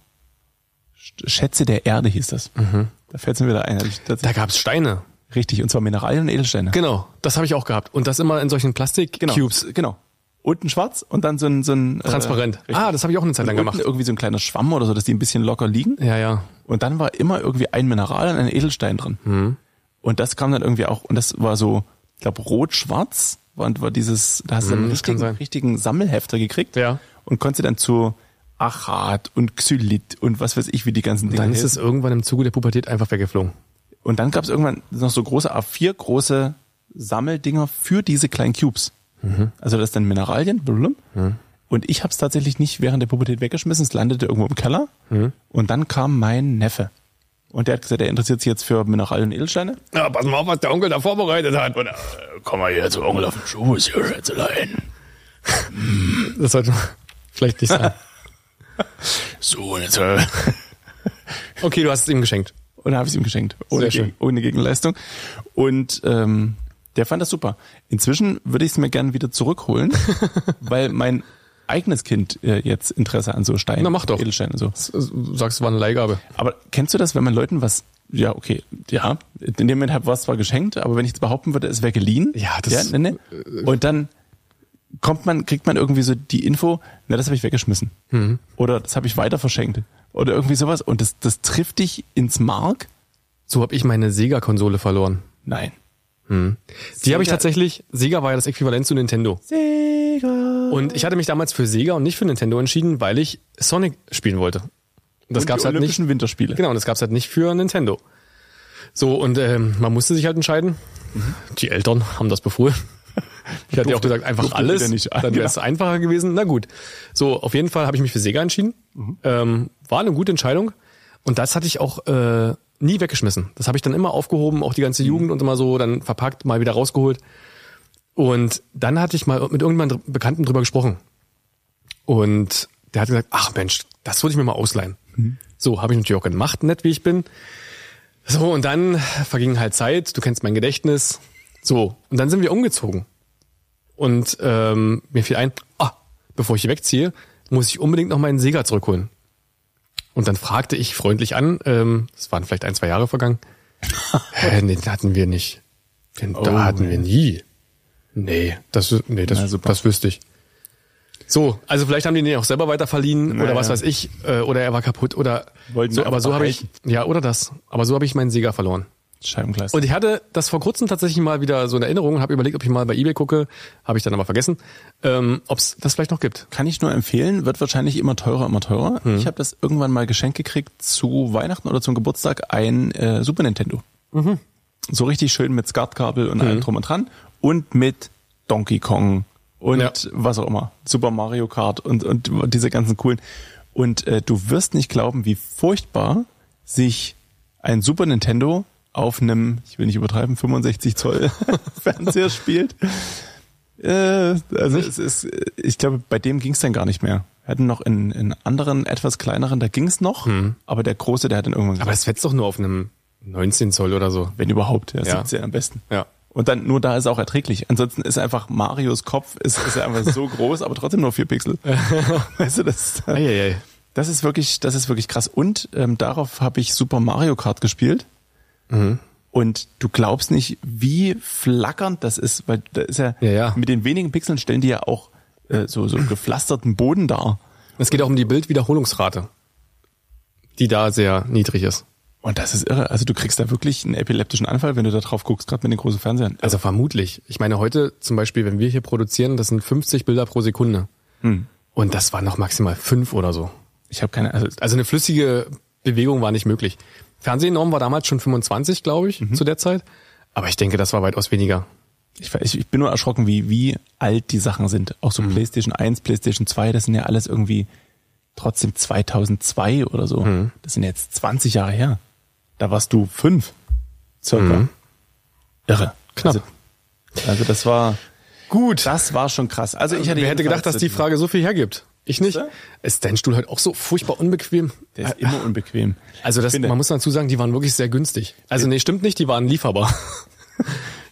[SPEAKER 2] Sch- Schätze der Erde hieß das.
[SPEAKER 3] Mhm.
[SPEAKER 2] Da fällt es mir wieder ein. hab Ich
[SPEAKER 3] Da
[SPEAKER 2] tatsächlich-
[SPEAKER 3] gab's Steine.
[SPEAKER 2] Richtig, und zwar Mineralien und Edelsteine.
[SPEAKER 3] Genau, das habe ich auch gehabt. Und das immer in solchen
[SPEAKER 2] Genau.
[SPEAKER 3] Plastik-Cubes.
[SPEAKER 2] Genau. Unten schwarz und dann so ein... So ein äh,
[SPEAKER 3] Transparent.
[SPEAKER 2] richtig.
[SPEAKER 3] ah, das habe ich auch eine Zeit lang
[SPEAKER 2] Unten
[SPEAKER 3] gemacht.
[SPEAKER 2] irgendwie so ein kleiner Schwamm oder so, dass die ein bisschen locker liegen.
[SPEAKER 3] Ja, ja.
[SPEAKER 2] Und dann war immer irgendwie ein Mineral und ein Edelstein drin.
[SPEAKER 3] Mhm.
[SPEAKER 2] Und das kam dann irgendwie auch, und das war so, ich glaube, rot-schwarz war, war dieses, da hast du einen
[SPEAKER 3] Mhm, das kann
[SPEAKER 2] richtigen,
[SPEAKER 3] sein.
[SPEAKER 2] richtigen Sammelhefter gekriegt
[SPEAKER 3] Ja.
[SPEAKER 2] und konntest dann zu Achat und Xylit und was weiß ich, wie die ganzen Dinge
[SPEAKER 3] Dann ist
[SPEAKER 2] heißen.
[SPEAKER 3] es irgendwann im Zuge der Pubertät einfach weggeflogen.
[SPEAKER 2] Und dann gab es irgendwann noch so große A4 große Sammeldinger für diese kleinen Cubes.
[SPEAKER 3] Mhm.
[SPEAKER 2] Also das ist dann Mineralien. blum. Und ich habe es
[SPEAKER 3] Mhm.
[SPEAKER 2] tatsächlich nicht während der Pubertät weggeschmissen. Es landete irgendwo im Keller. Und dann kam mein Neffe. Und der hat gesagt, er interessiert sich jetzt für Mineralien und Edelsteine.
[SPEAKER 3] Na, pass mal auf, was der Onkel da vorbereitet hat. Und, äh, komm mal hier zu Onkel auf den Schoß, hier, Schätzelein. Das sollte man vielleicht nicht sagen.
[SPEAKER 2] So, und jetzt, äh,
[SPEAKER 3] Okay, du hast es ihm geschenkt.
[SPEAKER 2] Und habe ich ihm geschenkt. Ohne,
[SPEAKER 3] Sehr schön.
[SPEAKER 2] Gegen, ohne Gegenleistung. Und ähm, der fand das super. Inzwischen würde ich es mir gern wieder zurückholen, weil mein eigenes Kind äh, jetzt Interesse an so Steinen,
[SPEAKER 3] Na, mach doch.
[SPEAKER 2] Edelsteinen und so.
[SPEAKER 3] S- Sagst du, war eine Leihgabe.
[SPEAKER 2] Aber kennst du das, wenn man Leuten was, ja, okay, ja, in dem Moment hab was zwar geschenkt, aber wenn ich jetzt behaupten würde, es wäre geliehen.
[SPEAKER 3] Ja, das- äh,
[SPEAKER 2] ja, ne, ne? Und dann kommt man, kriegt man irgendwie so die Info, na, das habe ich weggeschmissen.
[SPEAKER 3] Mhm.
[SPEAKER 2] Oder das habe ich weiter verschenkt. Oder irgendwie sowas. Und das, das trifft dich ins Mark?
[SPEAKER 3] So habe ich meine Sega-Konsole verloren.
[SPEAKER 2] Nein.
[SPEAKER 3] Die habe ich
[SPEAKER 2] Sega-
[SPEAKER 3] tatsächlich, Sega war ja das Äquivalent zu Nintendo.
[SPEAKER 2] Sega.
[SPEAKER 3] Und ich hatte mich damals für Sega und nicht für Nintendo entschieden, weil ich Sonic spielen wollte. Und das
[SPEAKER 2] Und
[SPEAKER 3] gab's
[SPEAKER 2] die
[SPEAKER 3] halt nicht.
[SPEAKER 2] Olympischen Winterspiele.
[SPEAKER 3] Genau, und das gab's halt nicht für Nintendo. So, und ähm, man musste sich halt entscheiden. Die Eltern haben das befohlen. Ich hatte ja auch
[SPEAKER 2] Durfte-
[SPEAKER 3] gesagt, einfach
[SPEAKER 2] durfte
[SPEAKER 3] alles.
[SPEAKER 2] wieder nicht an,
[SPEAKER 3] dann wäre es einfacher gewesen. Na gut. So, auf jeden Fall habe ich mich für Sega entschieden.
[SPEAKER 2] Mhm.
[SPEAKER 3] Ähm, war eine gute Entscheidung. Und das hatte ich auch äh, nie weggeschmissen. Das habe ich dann immer aufgehoben, auch die
[SPEAKER 2] Mhm.
[SPEAKER 3] ganze Jugend und immer so, dann verpackt, mal wieder rausgeholt. Und dann hatte ich mal mit irgendeinem dr- Bekannten drüber gesprochen. Und der hat gesagt, ach Mensch, das würde ich mir mal ausleihen.
[SPEAKER 2] Mhm.
[SPEAKER 3] So, habe ich natürlich auch gemacht, nett wie ich bin. So, und dann verging halt Zeit, du kennst mein Gedächtnis. So, und dann sind wir umgezogen. Und ähm, mir fiel ein, ah, bevor ich hier wegziehe, muss ich unbedingt noch meinen Sega zurückholen. Und dann fragte ich freundlich an, ähm, es waren vielleicht ein, zwei Jahre vergangen. Hä, nee, den hatten wir nicht. Den da hatten wir nie. Nee, das, nee,
[SPEAKER 2] Oh, Na,
[SPEAKER 3] das,
[SPEAKER 2] super.
[SPEAKER 3] das wüsste ich. So, also vielleicht haben die den auch selber weiterverliehen
[SPEAKER 2] Na
[SPEAKER 3] oder was
[SPEAKER 2] ja.
[SPEAKER 3] weiß ich, äh, oder er war kaputt oder
[SPEAKER 2] Wollten
[SPEAKER 3] so,
[SPEAKER 2] sie
[SPEAKER 3] aber so habe ich
[SPEAKER 2] behalten.
[SPEAKER 3] ja oder das, aber so habe ich meinen Sieger verloren.
[SPEAKER 2] Scheibenkleister.
[SPEAKER 3] Und ich hatte das vor kurzem tatsächlich mal wieder so in Erinnerung und habe überlegt, ob ich mal bei eBay gucke, habe ich dann aber vergessen, ähm, ob es das vielleicht noch gibt.
[SPEAKER 2] kann ich nur empfehlen, wird wahrscheinlich immer teurer, immer teurer. Ich habe das irgendwann mal geschenkt gekriegt zu Weihnachten oder zum Geburtstag ein äh, Super Nintendo. So richtig schön mit Skatkabel und allem drum und dran und mit Donkey Kong und
[SPEAKER 3] Ja.
[SPEAKER 2] was auch immer, Super Mario Kart und und diese ganzen coolen und äh, du wirst nicht glauben, wie furchtbar sich ein Super Nintendo auf einem, ich will nicht übertreiben, 65 Zoll Fernseher spielt. Äh, also es ist, äh, ich glaube, bei dem ging's dann gar nicht mehr. Wir hatten noch in, in anderen, etwas kleineren, da ging's noch,
[SPEAKER 3] Mhm.
[SPEAKER 2] aber der große, der hat dann irgendwann
[SPEAKER 3] Aber
[SPEAKER 2] gesagt,
[SPEAKER 3] das fetzt doch nur auf einem 19 Zoll oder so.
[SPEAKER 2] wenn überhaupt, der
[SPEAKER 3] Ja.
[SPEAKER 2] 17 am besten.
[SPEAKER 3] Ja.
[SPEAKER 2] Und dann nur da ist er auch erträglich. Ansonsten ist einfach Marios Kopf, ist, ist er einfach so groß, aber trotzdem nur vier Pixel. weißt du, das,
[SPEAKER 3] Eieiei.
[SPEAKER 2] das ist wirklich, das ist wirklich krass. Und ähm, darauf habe ich Super Mario Kart gespielt.
[SPEAKER 3] Mhm.
[SPEAKER 2] Und du glaubst nicht, wie flackernd das ist, weil da ist ja,
[SPEAKER 3] Ja, ja.
[SPEAKER 2] mit den wenigen Pixeln stellen die ja auch äh, so so gepflasterten Boden dar.
[SPEAKER 3] Es geht auch um die Bildwiederholungsrate, die da sehr niedrig ist.
[SPEAKER 2] Und das ist irre. Also du kriegst da wirklich einen epileptischen Anfall, wenn du da drauf guckst, gerade mit den großen Fernsehern.
[SPEAKER 3] Also vermutlich. Ich meine, heute zum Beispiel, wenn wir hier produzieren, das sind 50 Bilder pro Sekunde. Und das waren noch maximal fünf oder so.
[SPEAKER 2] Ich habe keine, also
[SPEAKER 3] Also eine flüssige Bewegung war nicht möglich. Fernsehnorm war damals schon 25, glaube ich,
[SPEAKER 2] Mhm.
[SPEAKER 3] zu der Zeit. Aber ich denke, das war weitaus weniger.
[SPEAKER 2] ich, weiß- ich bin nur erschrocken, wie, wie alt die Sachen sind. Auch
[SPEAKER 3] Mhm.
[SPEAKER 2] so PlayStation 1, PlayStation 2, das sind ja alles irgendwie trotzdem 2002 oder so.
[SPEAKER 3] Mhm.
[SPEAKER 2] Das sind jetzt 20 Jahre her. Da warst du fünf, circa. Irre.
[SPEAKER 3] Mhm. Knapp.
[SPEAKER 2] Also, also das war,
[SPEAKER 3] Gut.
[SPEAKER 2] das war schon krass. Also ich hätte,
[SPEAKER 3] Wer hätte gedacht, dass die Frage so viel hergibt? Ich nicht.
[SPEAKER 2] Siehste?
[SPEAKER 3] Ist dein Stuhl halt auch so furchtbar unbequem?
[SPEAKER 2] Der ist immer unbequem.
[SPEAKER 3] Also das,
[SPEAKER 2] Finde.
[SPEAKER 3] man muss dazu sagen, die waren wirklich sehr günstig. Also nee, stimmt nicht, die waren lieferbar.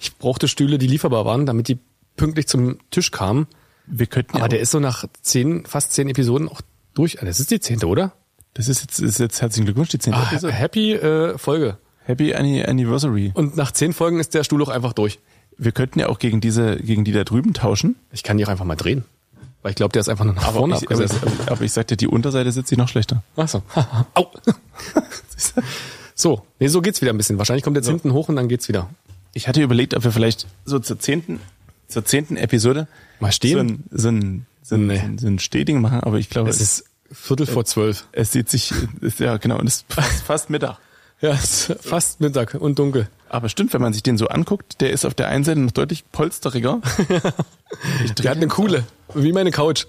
[SPEAKER 3] Ich brauchte Stühle, die lieferbar waren, damit die pünktlich zum Tisch kamen.
[SPEAKER 2] Wir könnten
[SPEAKER 3] Aber
[SPEAKER 2] ja,
[SPEAKER 3] der ist so nach zehn, fast zehn Episoden auch durch. Ah, Das ist die zehnte, oder?
[SPEAKER 2] das ist jetzt, ist jetzt herzlichen Glückwunsch, die 10.
[SPEAKER 3] Ah, happy äh, Folge.
[SPEAKER 2] Happy Anni- Anniversary.
[SPEAKER 3] Und nach zehn Folgen ist der Stuhl auch einfach durch.
[SPEAKER 2] Wir könnten ja auch gegen diese, gegen die da drüben tauschen.
[SPEAKER 3] Ich kann die auch einfach mal drehen. Weil ich glaube, der ist einfach nur nach vorne
[SPEAKER 2] ich, aber,
[SPEAKER 3] abgesessen.
[SPEAKER 2] ich, aber ich sagte, die Unterseite sitzt sich noch schlechter.
[SPEAKER 3] Achso. Au. so, nee, so geht's wieder ein bisschen. Wahrscheinlich kommt jetzt hinten hoch und dann geht's wieder.
[SPEAKER 2] Ich hatte überlegt, ob wir vielleicht so zur zehnten, zur zehnten Episode
[SPEAKER 3] Mal stehen?
[SPEAKER 2] so ein, so ein, so ein,
[SPEAKER 3] Nee.
[SPEAKER 2] so ein, so ein Stetigen machen, aber ich glaube,
[SPEAKER 3] Es
[SPEAKER 2] es,
[SPEAKER 3] ist Viertel vor zwölf.
[SPEAKER 2] es sieht sich, es, ja genau, und es ist fast, fast Mittag.
[SPEAKER 3] Ja, es ist fast Mittag und dunkel.
[SPEAKER 2] Aber stimmt, wenn man sich den so anguckt, der ist auf der einen Seite noch deutlich polsteriger.
[SPEAKER 3] Der hat eine coole. Wie meine Couch.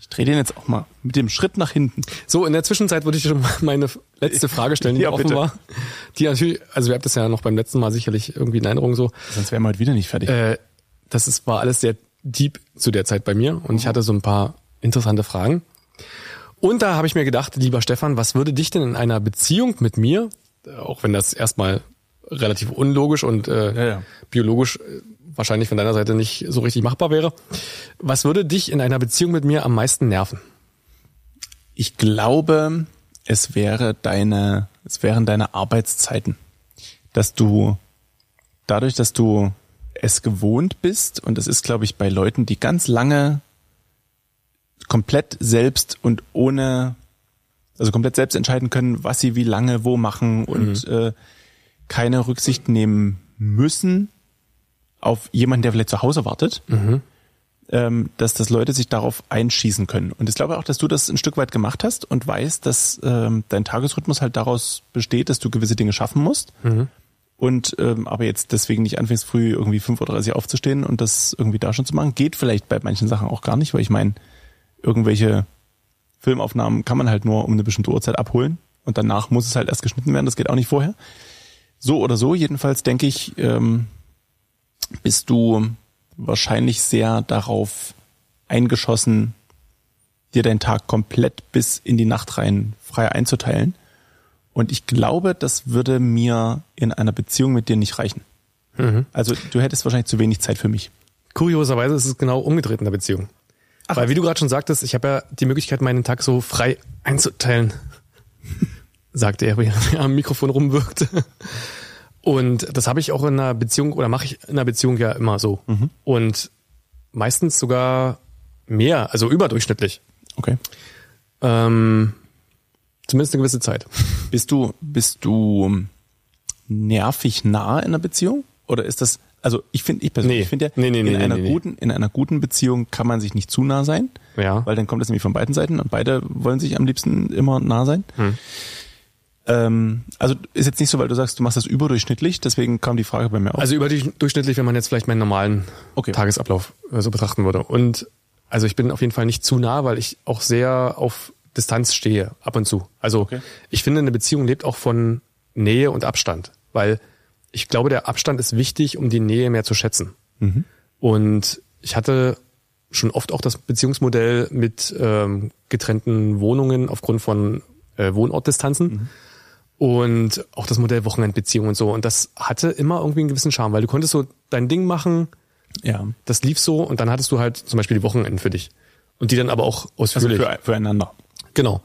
[SPEAKER 2] Ich drehe den jetzt auch mal mit dem Schritt nach hinten.
[SPEAKER 3] So, in der Zwischenzeit würde ich schon mal meine letzte Frage stellen, die
[SPEAKER 2] Ja,
[SPEAKER 3] offen
[SPEAKER 2] bitte.
[SPEAKER 3] war. Die natürlich, also wir habt das ja noch beim letzten Mal sicherlich irgendwie in Erinnerung so.
[SPEAKER 2] Sonst wären wir heute wieder nicht fertig.
[SPEAKER 3] Äh, das ist, war alles sehr deep zu der Zeit bei mir und ich hatte so ein paar interessante Fragen. Und da habe ich mir gedacht, lieber Stefan, was würde dich denn in einer Beziehung mit mir, äh, auch wenn das erstmal relativ unlogisch und äh,
[SPEAKER 2] Ja, ja.
[SPEAKER 3] biologisch äh, wahrscheinlich von deiner Seite nicht so richtig machbar wäre, was würde dich in einer Beziehung mit mir am meisten nerven?
[SPEAKER 2] Ich glaube, es wäre deine, es wären deine Arbeitszeiten, dass du dadurch, dass du es gewohnt bist und es ist, glaube ich, bei Leuten, die ganz lange komplett selbst und ohne, also komplett selbst entscheiden können, was sie wie lange wo machen und äh, keine Rücksicht nehmen müssen auf jemanden, der vielleicht zu Hause wartet ähm, dass das Leute sich darauf einschießen können. Und ich glaube auch, dass du das ein Stück weit gemacht hast und weißt, dass ähm, dein Tagesrhythmus halt daraus besteht, dass du gewisse Dinge schaffen musst. Und ähm, aber jetzt deswegen nicht anfängst, früh irgendwie 5.30 Uhr aufzustehen und das irgendwie da schon zu machen, geht vielleicht bei manchen Sachen auch gar nicht, weil ich meine, irgendwelche Filmaufnahmen kann man halt nur um eine bestimmte Uhrzeit abholen und danach muss es halt erst geschnitten werden, das geht auch nicht vorher. So oder so, jedenfalls denke ich, ähm, bist du wahrscheinlich sehr darauf eingeschossen, dir deinen Tag komplett bis in die Nacht rein frei einzuteilen. Und ich glaube, das würde mir in einer Beziehung mit dir nicht reichen.
[SPEAKER 3] Mhm.
[SPEAKER 2] Also du hättest wahrscheinlich zu wenig Zeit für mich.
[SPEAKER 3] Kurioserweise ist es genau umgedreht in der Beziehung. Weil wie du gerade schon sagtest, ich habe ja die Möglichkeit, meinen Tag so frei einzuteilen, sagte er, während er am Mikrofon rumwirkte. Und das habe ich auch in einer Beziehung oder mache ich in einer Beziehung ja immer so. Und meistens sogar mehr, also überdurchschnittlich.
[SPEAKER 2] Okay.
[SPEAKER 3] Ähm, zumindest eine gewisse Zeit.
[SPEAKER 2] Bist du, bist du nervig nah in einer Beziehung? Oder ist das, also ich finde, ich persönlich
[SPEAKER 3] Nee.
[SPEAKER 2] finde ja,
[SPEAKER 3] Nee, nee, nee,
[SPEAKER 2] in
[SPEAKER 3] nee,
[SPEAKER 2] einer
[SPEAKER 3] nee, nee.
[SPEAKER 2] guten, in einer guten Beziehung kann man sich nicht zu nah sein.
[SPEAKER 3] Ja.
[SPEAKER 2] Weil dann kommt das nämlich von beiden Seiten und beide wollen sich am liebsten immer nah sein.
[SPEAKER 3] Hm.
[SPEAKER 2] Ähm, also ist jetzt nicht so, weil du sagst, du machst das überdurchschnittlich, deswegen kam die Frage bei mir auf.
[SPEAKER 3] Also überdurchschnittlich, wenn man jetzt vielleicht meinen normalen
[SPEAKER 2] Okay.
[SPEAKER 3] Tagesablauf äh, so betrachten würde. Und also ich bin auf jeden Fall nicht zu nah, weil ich auch sehr auf Distanz stehe, ab und zu. Also
[SPEAKER 2] Okay.
[SPEAKER 3] ich finde, eine Beziehung lebt auch von Nähe und Abstand, weil ich glaube, der Abstand ist wichtig, um die Nähe mehr zu schätzen.
[SPEAKER 2] Mhm.
[SPEAKER 3] Und ich hatte schon oft auch das Beziehungsmodell mit ähm, getrennten Wohnungen aufgrund von äh,
[SPEAKER 2] Mhm.
[SPEAKER 3] Wohnortdistanzen und auch das Modell Wochenendbeziehung und so. Und das hatte immer irgendwie einen gewissen Charme, weil du konntest so dein Ding machen,
[SPEAKER 2] ja.
[SPEAKER 3] das lief so und dann hattest du halt zum Beispiel die Wochenenden für dich. Und die dann aber auch
[SPEAKER 2] Also
[SPEAKER 3] ausführlich.
[SPEAKER 2] für, füreinander.
[SPEAKER 3] genau.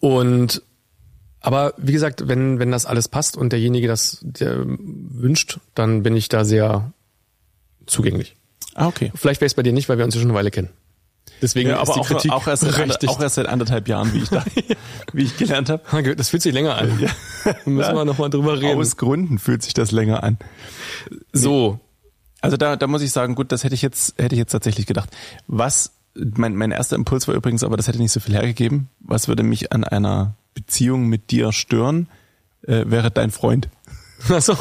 [SPEAKER 3] Und aber wie gesagt, wenn, wenn das alles passt und derjenige das der wünscht, dann bin ich da sehr zugänglich.
[SPEAKER 2] Ah, okay.
[SPEAKER 3] Vielleicht wäre es bei dir nicht, weil wir uns ja schon eine Weile kennen. Deswegen
[SPEAKER 2] Ja,
[SPEAKER 3] ist
[SPEAKER 2] aber
[SPEAKER 3] die
[SPEAKER 2] auch,
[SPEAKER 3] Kritik
[SPEAKER 2] auch, erst seit ander,
[SPEAKER 3] berechtigt.
[SPEAKER 2] auch erst seit anderthalb Jahren, wie ich da, wie ich gelernt habe.
[SPEAKER 3] Ah, das fühlt sich länger an. Müssen wir nochmal drüber reden.
[SPEAKER 2] Aus Gründen fühlt sich das länger an.
[SPEAKER 3] so,
[SPEAKER 2] Also da, da muss ich sagen, gut, das hätte ich jetzt, hätte ich jetzt tatsächlich gedacht. Was, mein, mein erster Impuls war übrigens, aber das hätte nicht so viel hergegeben. Was würde mich an einer Beziehung mit dir stören, äh, wäre dein Freund.
[SPEAKER 3] Achso.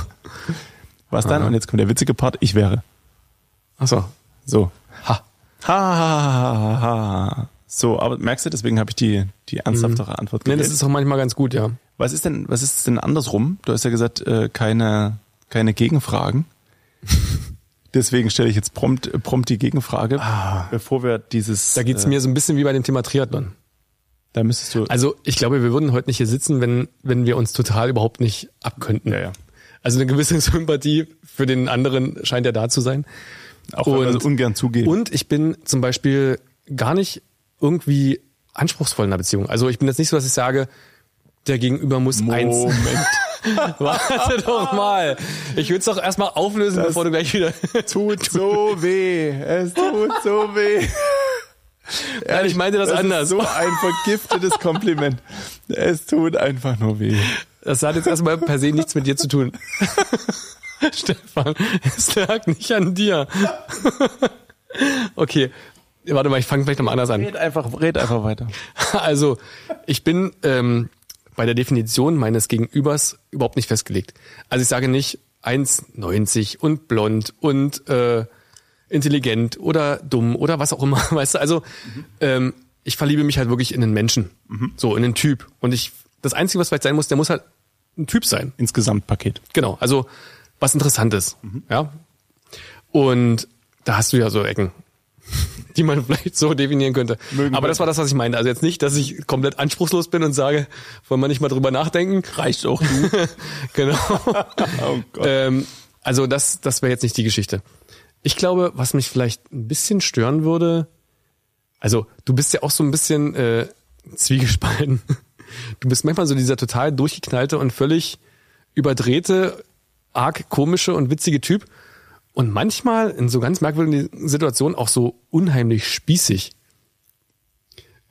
[SPEAKER 2] Was dann? Und jetzt kommt der witzige Part, ich wäre.
[SPEAKER 3] Achso.
[SPEAKER 2] So.
[SPEAKER 3] Ha.
[SPEAKER 2] Ha, ha, ha, ha, ha. So, aber merkst du, deswegen habe ich die, die ernsthaftere Antwort
[SPEAKER 3] Nee,
[SPEAKER 2] gewählt.
[SPEAKER 3] das ist auch manchmal ganz gut, ja.
[SPEAKER 2] was ist denn, was ist denn andersrum? Du hast ja gesagt, äh, keine, keine Gegenfragen. Deswegen stelle ich jetzt prompt, prompt die Gegenfrage, bevor wir dieses.
[SPEAKER 3] Da geht's
[SPEAKER 2] äh,
[SPEAKER 3] mir so ein bisschen wie bei dem Thema Triathlon.
[SPEAKER 2] Da müsstest du.
[SPEAKER 3] Also ich glaube, wir würden heute nicht hier sitzen, wenn, wenn wir uns total überhaupt nicht abkönnten.
[SPEAKER 2] Ja, ja.
[SPEAKER 3] Also eine gewisse Sympathie für den anderen scheint ja da zu sein.
[SPEAKER 2] auch wenn wir
[SPEAKER 3] und-
[SPEAKER 2] das ungern zugeben.
[SPEAKER 3] Und ich bin zum Beispiel gar nicht irgendwie anspruchsvoll in einer Beziehung. Also ich bin jetzt nicht so, dass ich sage, der Gegenüber muss eins. Warte doch mal. Ich würde es doch erstmal auflösen, bevor du gleich wieder
[SPEAKER 2] tut so weh. Es tut so weh.
[SPEAKER 3] Nein, ich meinte das, anders.
[SPEAKER 2] Ist so ein vergiftetes Kompliment. Es tut einfach nur weh.
[SPEAKER 3] Das hat jetzt erstmal per se nichts mit dir zu tun. Stefan, es lag nicht an dir. okay, warte mal, ich fange vielleicht nochmal anders an.
[SPEAKER 2] Red einfach, red einfach weiter.
[SPEAKER 3] Also, ich bin ähm, bei der Definition meines Gegenübers überhaupt nicht festgelegt. Also ich sage nicht 1,90 und blond und äh, intelligent oder dumm oder was auch immer, weißt du? Also ähm, ich verliebe mich halt wirklich in den Menschen. So, in den Typ. Und ich, das Einzige, was vielleicht sein muss, der muss halt ein Typ sein.
[SPEAKER 2] Insgesamt Paket.
[SPEAKER 3] Genau, also was Interessantes.
[SPEAKER 2] Mhm.
[SPEAKER 3] Ja. Und da hast du ja so Ecken, die man vielleicht so definieren könnte.
[SPEAKER 2] Mögen
[SPEAKER 3] Aber das
[SPEAKER 2] wir.
[SPEAKER 3] war das, was ich meinte. Also jetzt nicht, dass ich komplett anspruchslos bin und sage, wollen wir nicht mal drüber nachdenken.
[SPEAKER 2] Reicht auch du.
[SPEAKER 3] Genau.
[SPEAKER 2] oh Gott.
[SPEAKER 3] ähm, also das, das wäre jetzt nicht die Geschichte. Ich glaube, was mich vielleicht ein bisschen stören würde, also du bist ja auch so ein bisschen äh, zwiegespalten. Du bist manchmal so dieser total durchgeknallte und völlig überdrehte, arg komische und witzige Typ. Und manchmal in so ganz merkwürdigen Situationen auch so unheimlich spießig.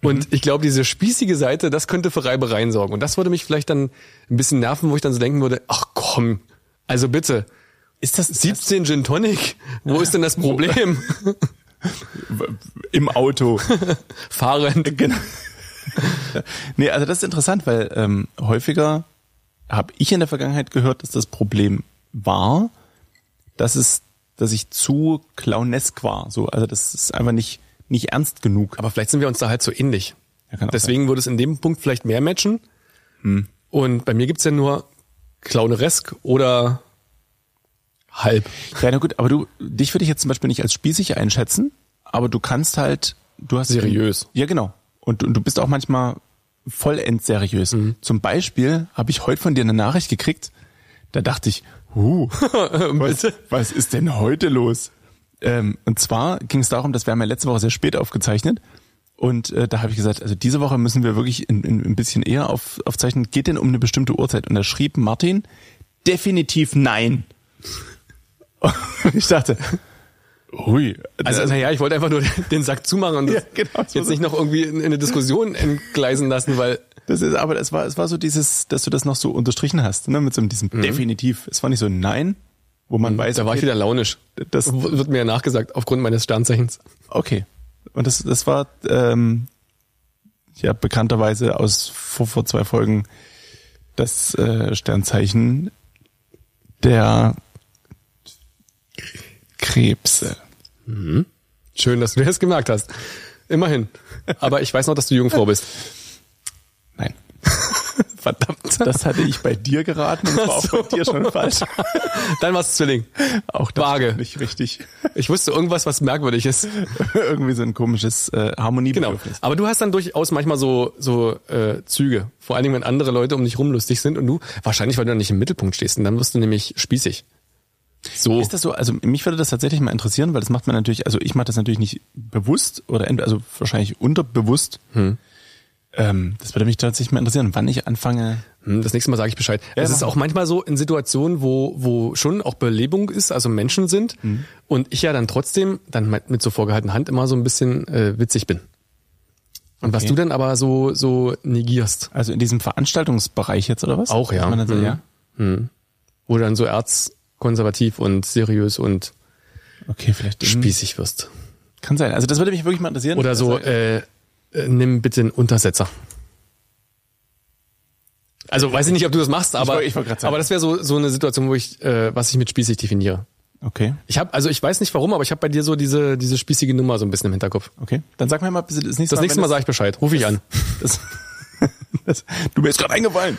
[SPEAKER 3] Und
[SPEAKER 2] Mhm.
[SPEAKER 3] ich glaube, diese spießige Seite, das könnte für Reibereien sorgen. Und das würde mich vielleicht dann ein bisschen nerven, wo ich dann so denken würde, ach komm, also bitte,
[SPEAKER 2] Ist das
[SPEAKER 3] 17 Gin Tonic, wo ist denn das Problem?
[SPEAKER 2] im Auto?
[SPEAKER 3] Fahrend.
[SPEAKER 2] Genau. nee, also das ist interessant, weil ähm, häufiger habe ich in der Vergangenheit gehört, dass das Problem war, dass es, dass ich zu clownesk war. So, also das ist einfach nicht nicht ernst genug.
[SPEAKER 3] Aber vielleicht sind wir uns da halt so ähnlich.
[SPEAKER 2] Ja, kann auch Mhm.
[SPEAKER 3] Deswegen würde es in dem Punkt vielleicht mehr matchen. Und bei mir gibt's ja nur Clowneresk oder halb.
[SPEAKER 2] Ja, na gut, aber du, dich würde ich jetzt zum Beispiel nicht als spießig einschätzen, aber du kannst halt, du hast.
[SPEAKER 3] Seriös.
[SPEAKER 2] Ja, genau. Und, und du bist auch manchmal vollends seriös. Zum Beispiel habe ich heute von dir eine Nachricht gekriegt, da dachte ich, huh, was, was ist denn heute los? Ähm, und zwar ging es darum, dass wir haben ja letzte Woche sehr spät aufgezeichnet. Und äh, da habe ich gesagt, also diese Woche müssen wir wirklich in, in, ein bisschen eher auf, aufzeichnen. Geht denn um eine bestimmte Uhrzeit? Und da schrieb Martin, definitiv nein. Und ich dachte, hui.
[SPEAKER 3] Also,
[SPEAKER 2] das-
[SPEAKER 3] naja, ich wollte einfach nur den Sack zumachen und das
[SPEAKER 2] Ja, genau, das war
[SPEAKER 3] jetzt
[SPEAKER 2] so.
[SPEAKER 3] nicht noch irgendwie in, in eine Diskussion entgleisen lassen, weil
[SPEAKER 2] Das ist, aber es war, es war so dieses, dass du das noch so unterstrichen hast, ne, mit so einem diesem definitiv. Es war nicht so ein Nein, wo man weiß,
[SPEAKER 3] da war ich
[SPEAKER 2] okay,
[SPEAKER 3] wieder launisch.
[SPEAKER 2] das,
[SPEAKER 3] Das wird mir ja nachgesagt, aufgrund meines Sternzeichens.
[SPEAKER 2] okay. Und das, das war, ähm, ja, bekannterweise aus vor, vor zwei Folgen das äh, Sternzeichen der Krebse.
[SPEAKER 3] Schön, dass du dir das gemerkt hast. Immerhin. Aber ich weiß noch, dass du Jungfrau bist.
[SPEAKER 2] Nein.
[SPEAKER 3] Verdammt.
[SPEAKER 2] Das hatte ich bei dir geraten und war
[SPEAKER 3] so.
[SPEAKER 2] auch bei dir schon falsch.
[SPEAKER 3] Dann war es Zwilling.
[SPEAKER 2] Auch das
[SPEAKER 3] Waage.
[SPEAKER 2] ist nicht richtig.
[SPEAKER 3] Ich wusste irgendwas, was merkwürdig ist.
[SPEAKER 2] Irgendwie so ein komisches äh,
[SPEAKER 3] Genau.
[SPEAKER 2] Harmoniebedürfnis.
[SPEAKER 3] Aber du hast dann durchaus manchmal so, so äh, Züge. Vor allen Dingen, wenn andere Leute um dich rum lustig sind und du, wahrscheinlich, weil du dann nicht im Mittelpunkt stehst, und dann wirst du nämlich spießig. So.
[SPEAKER 2] Ist das so? Also mich würde das tatsächlich mal interessieren, weil das macht man natürlich, also ich mache das natürlich nicht bewusst oder ent- also wahrscheinlich unterbewusst.
[SPEAKER 3] Hm.
[SPEAKER 2] Ähm, das würde mich tatsächlich mal interessieren, wann ich anfange.
[SPEAKER 3] Hm, Das nächste Mal sage ich Bescheid. es ist
[SPEAKER 2] mach
[SPEAKER 3] auch manchmal so in Situationen, wo, wo schon auch Belebung ist, also Menschen sind
[SPEAKER 2] Mhm.
[SPEAKER 3] und ich ja dann trotzdem dann mit mit so vorgehaltener Hand immer so ein bisschen äh, witzig bin. Und was
[SPEAKER 2] Okay.
[SPEAKER 3] du dann aber so, so negierst.
[SPEAKER 2] Also in diesem Veranstaltungsbereich jetzt oder was?
[SPEAKER 3] Auch, ja.
[SPEAKER 2] Dass Man dann so,
[SPEAKER 3] Mhm.
[SPEAKER 2] ja.
[SPEAKER 3] Wo du dann so erzkonservativ und seriös und
[SPEAKER 2] Okay, vielleicht Spiel.
[SPEAKER 3] spießig wirst.
[SPEAKER 2] Kann sein. Also das würde mich wirklich mal interessieren.
[SPEAKER 3] Oder so,
[SPEAKER 2] Also,
[SPEAKER 3] äh, äh, nimm bitte einen Untersetzer. Also weiß ich nicht, ob du das machst, aber,
[SPEAKER 2] wollt- ich wollt grad sagen.
[SPEAKER 3] aber das wäre so, so eine Situation, wo ich, äh, was ich mit spießig definiere.
[SPEAKER 2] okay,
[SPEAKER 3] Ich habe, also ich weiß nicht warum, aber ich habe bei dir so diese, diese spießige Nummer so ein bisschen im Hinterkopf.
[SPEAKER 2] okay. Dann sag mir mal bitte das nächste
[SPEAKER 3] Das nächste Mal
[SPEAKER 2] wenn
[SPEAKER 3] sage ich Bescheid. Ruf ich an.
[SPEAKER 2] das, das, du bist gerade eingefallen.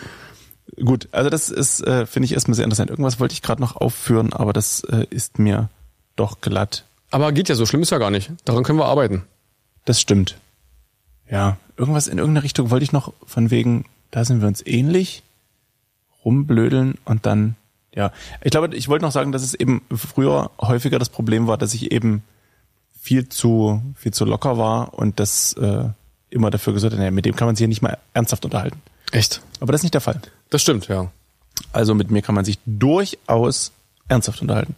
[SPEAKER 2] Gut, also das ist, äh, finde ich erstmal sehr interessant. Irgendwas wollte ich gerade noch aufführen, aber das äh, ist mir doch glatt
[SPEAKER 3] Aber geht ja so, schlimm ist ja gar nicht. Daran können wir arbeiten.
[SPEAKER 2] Das stimmt. Ja, irgendwas in irgendeiner Richtung wollte ich noch von wegen, da sind wir uns ähnlich, rumblödeln und dann, ja. Ich glaube, ich wollte noch sagen, dass es eben früher häufiger das Problem war, dass ich eben viel zu, viel zu locker war und das äh, immer dafür gesorgt hat, naja, mit dem kann man sich hier nicht mal ernsthaft unterhalten.
[SPEAKER 3] Echt?
[SPEAKER 2] Aber das ist nicht der Fall.
[SPEAKER 3] Das stimmt, ja.
[SPEAKER 2] Also mit mir kann man sich durchaus ernsthaft unterhalten.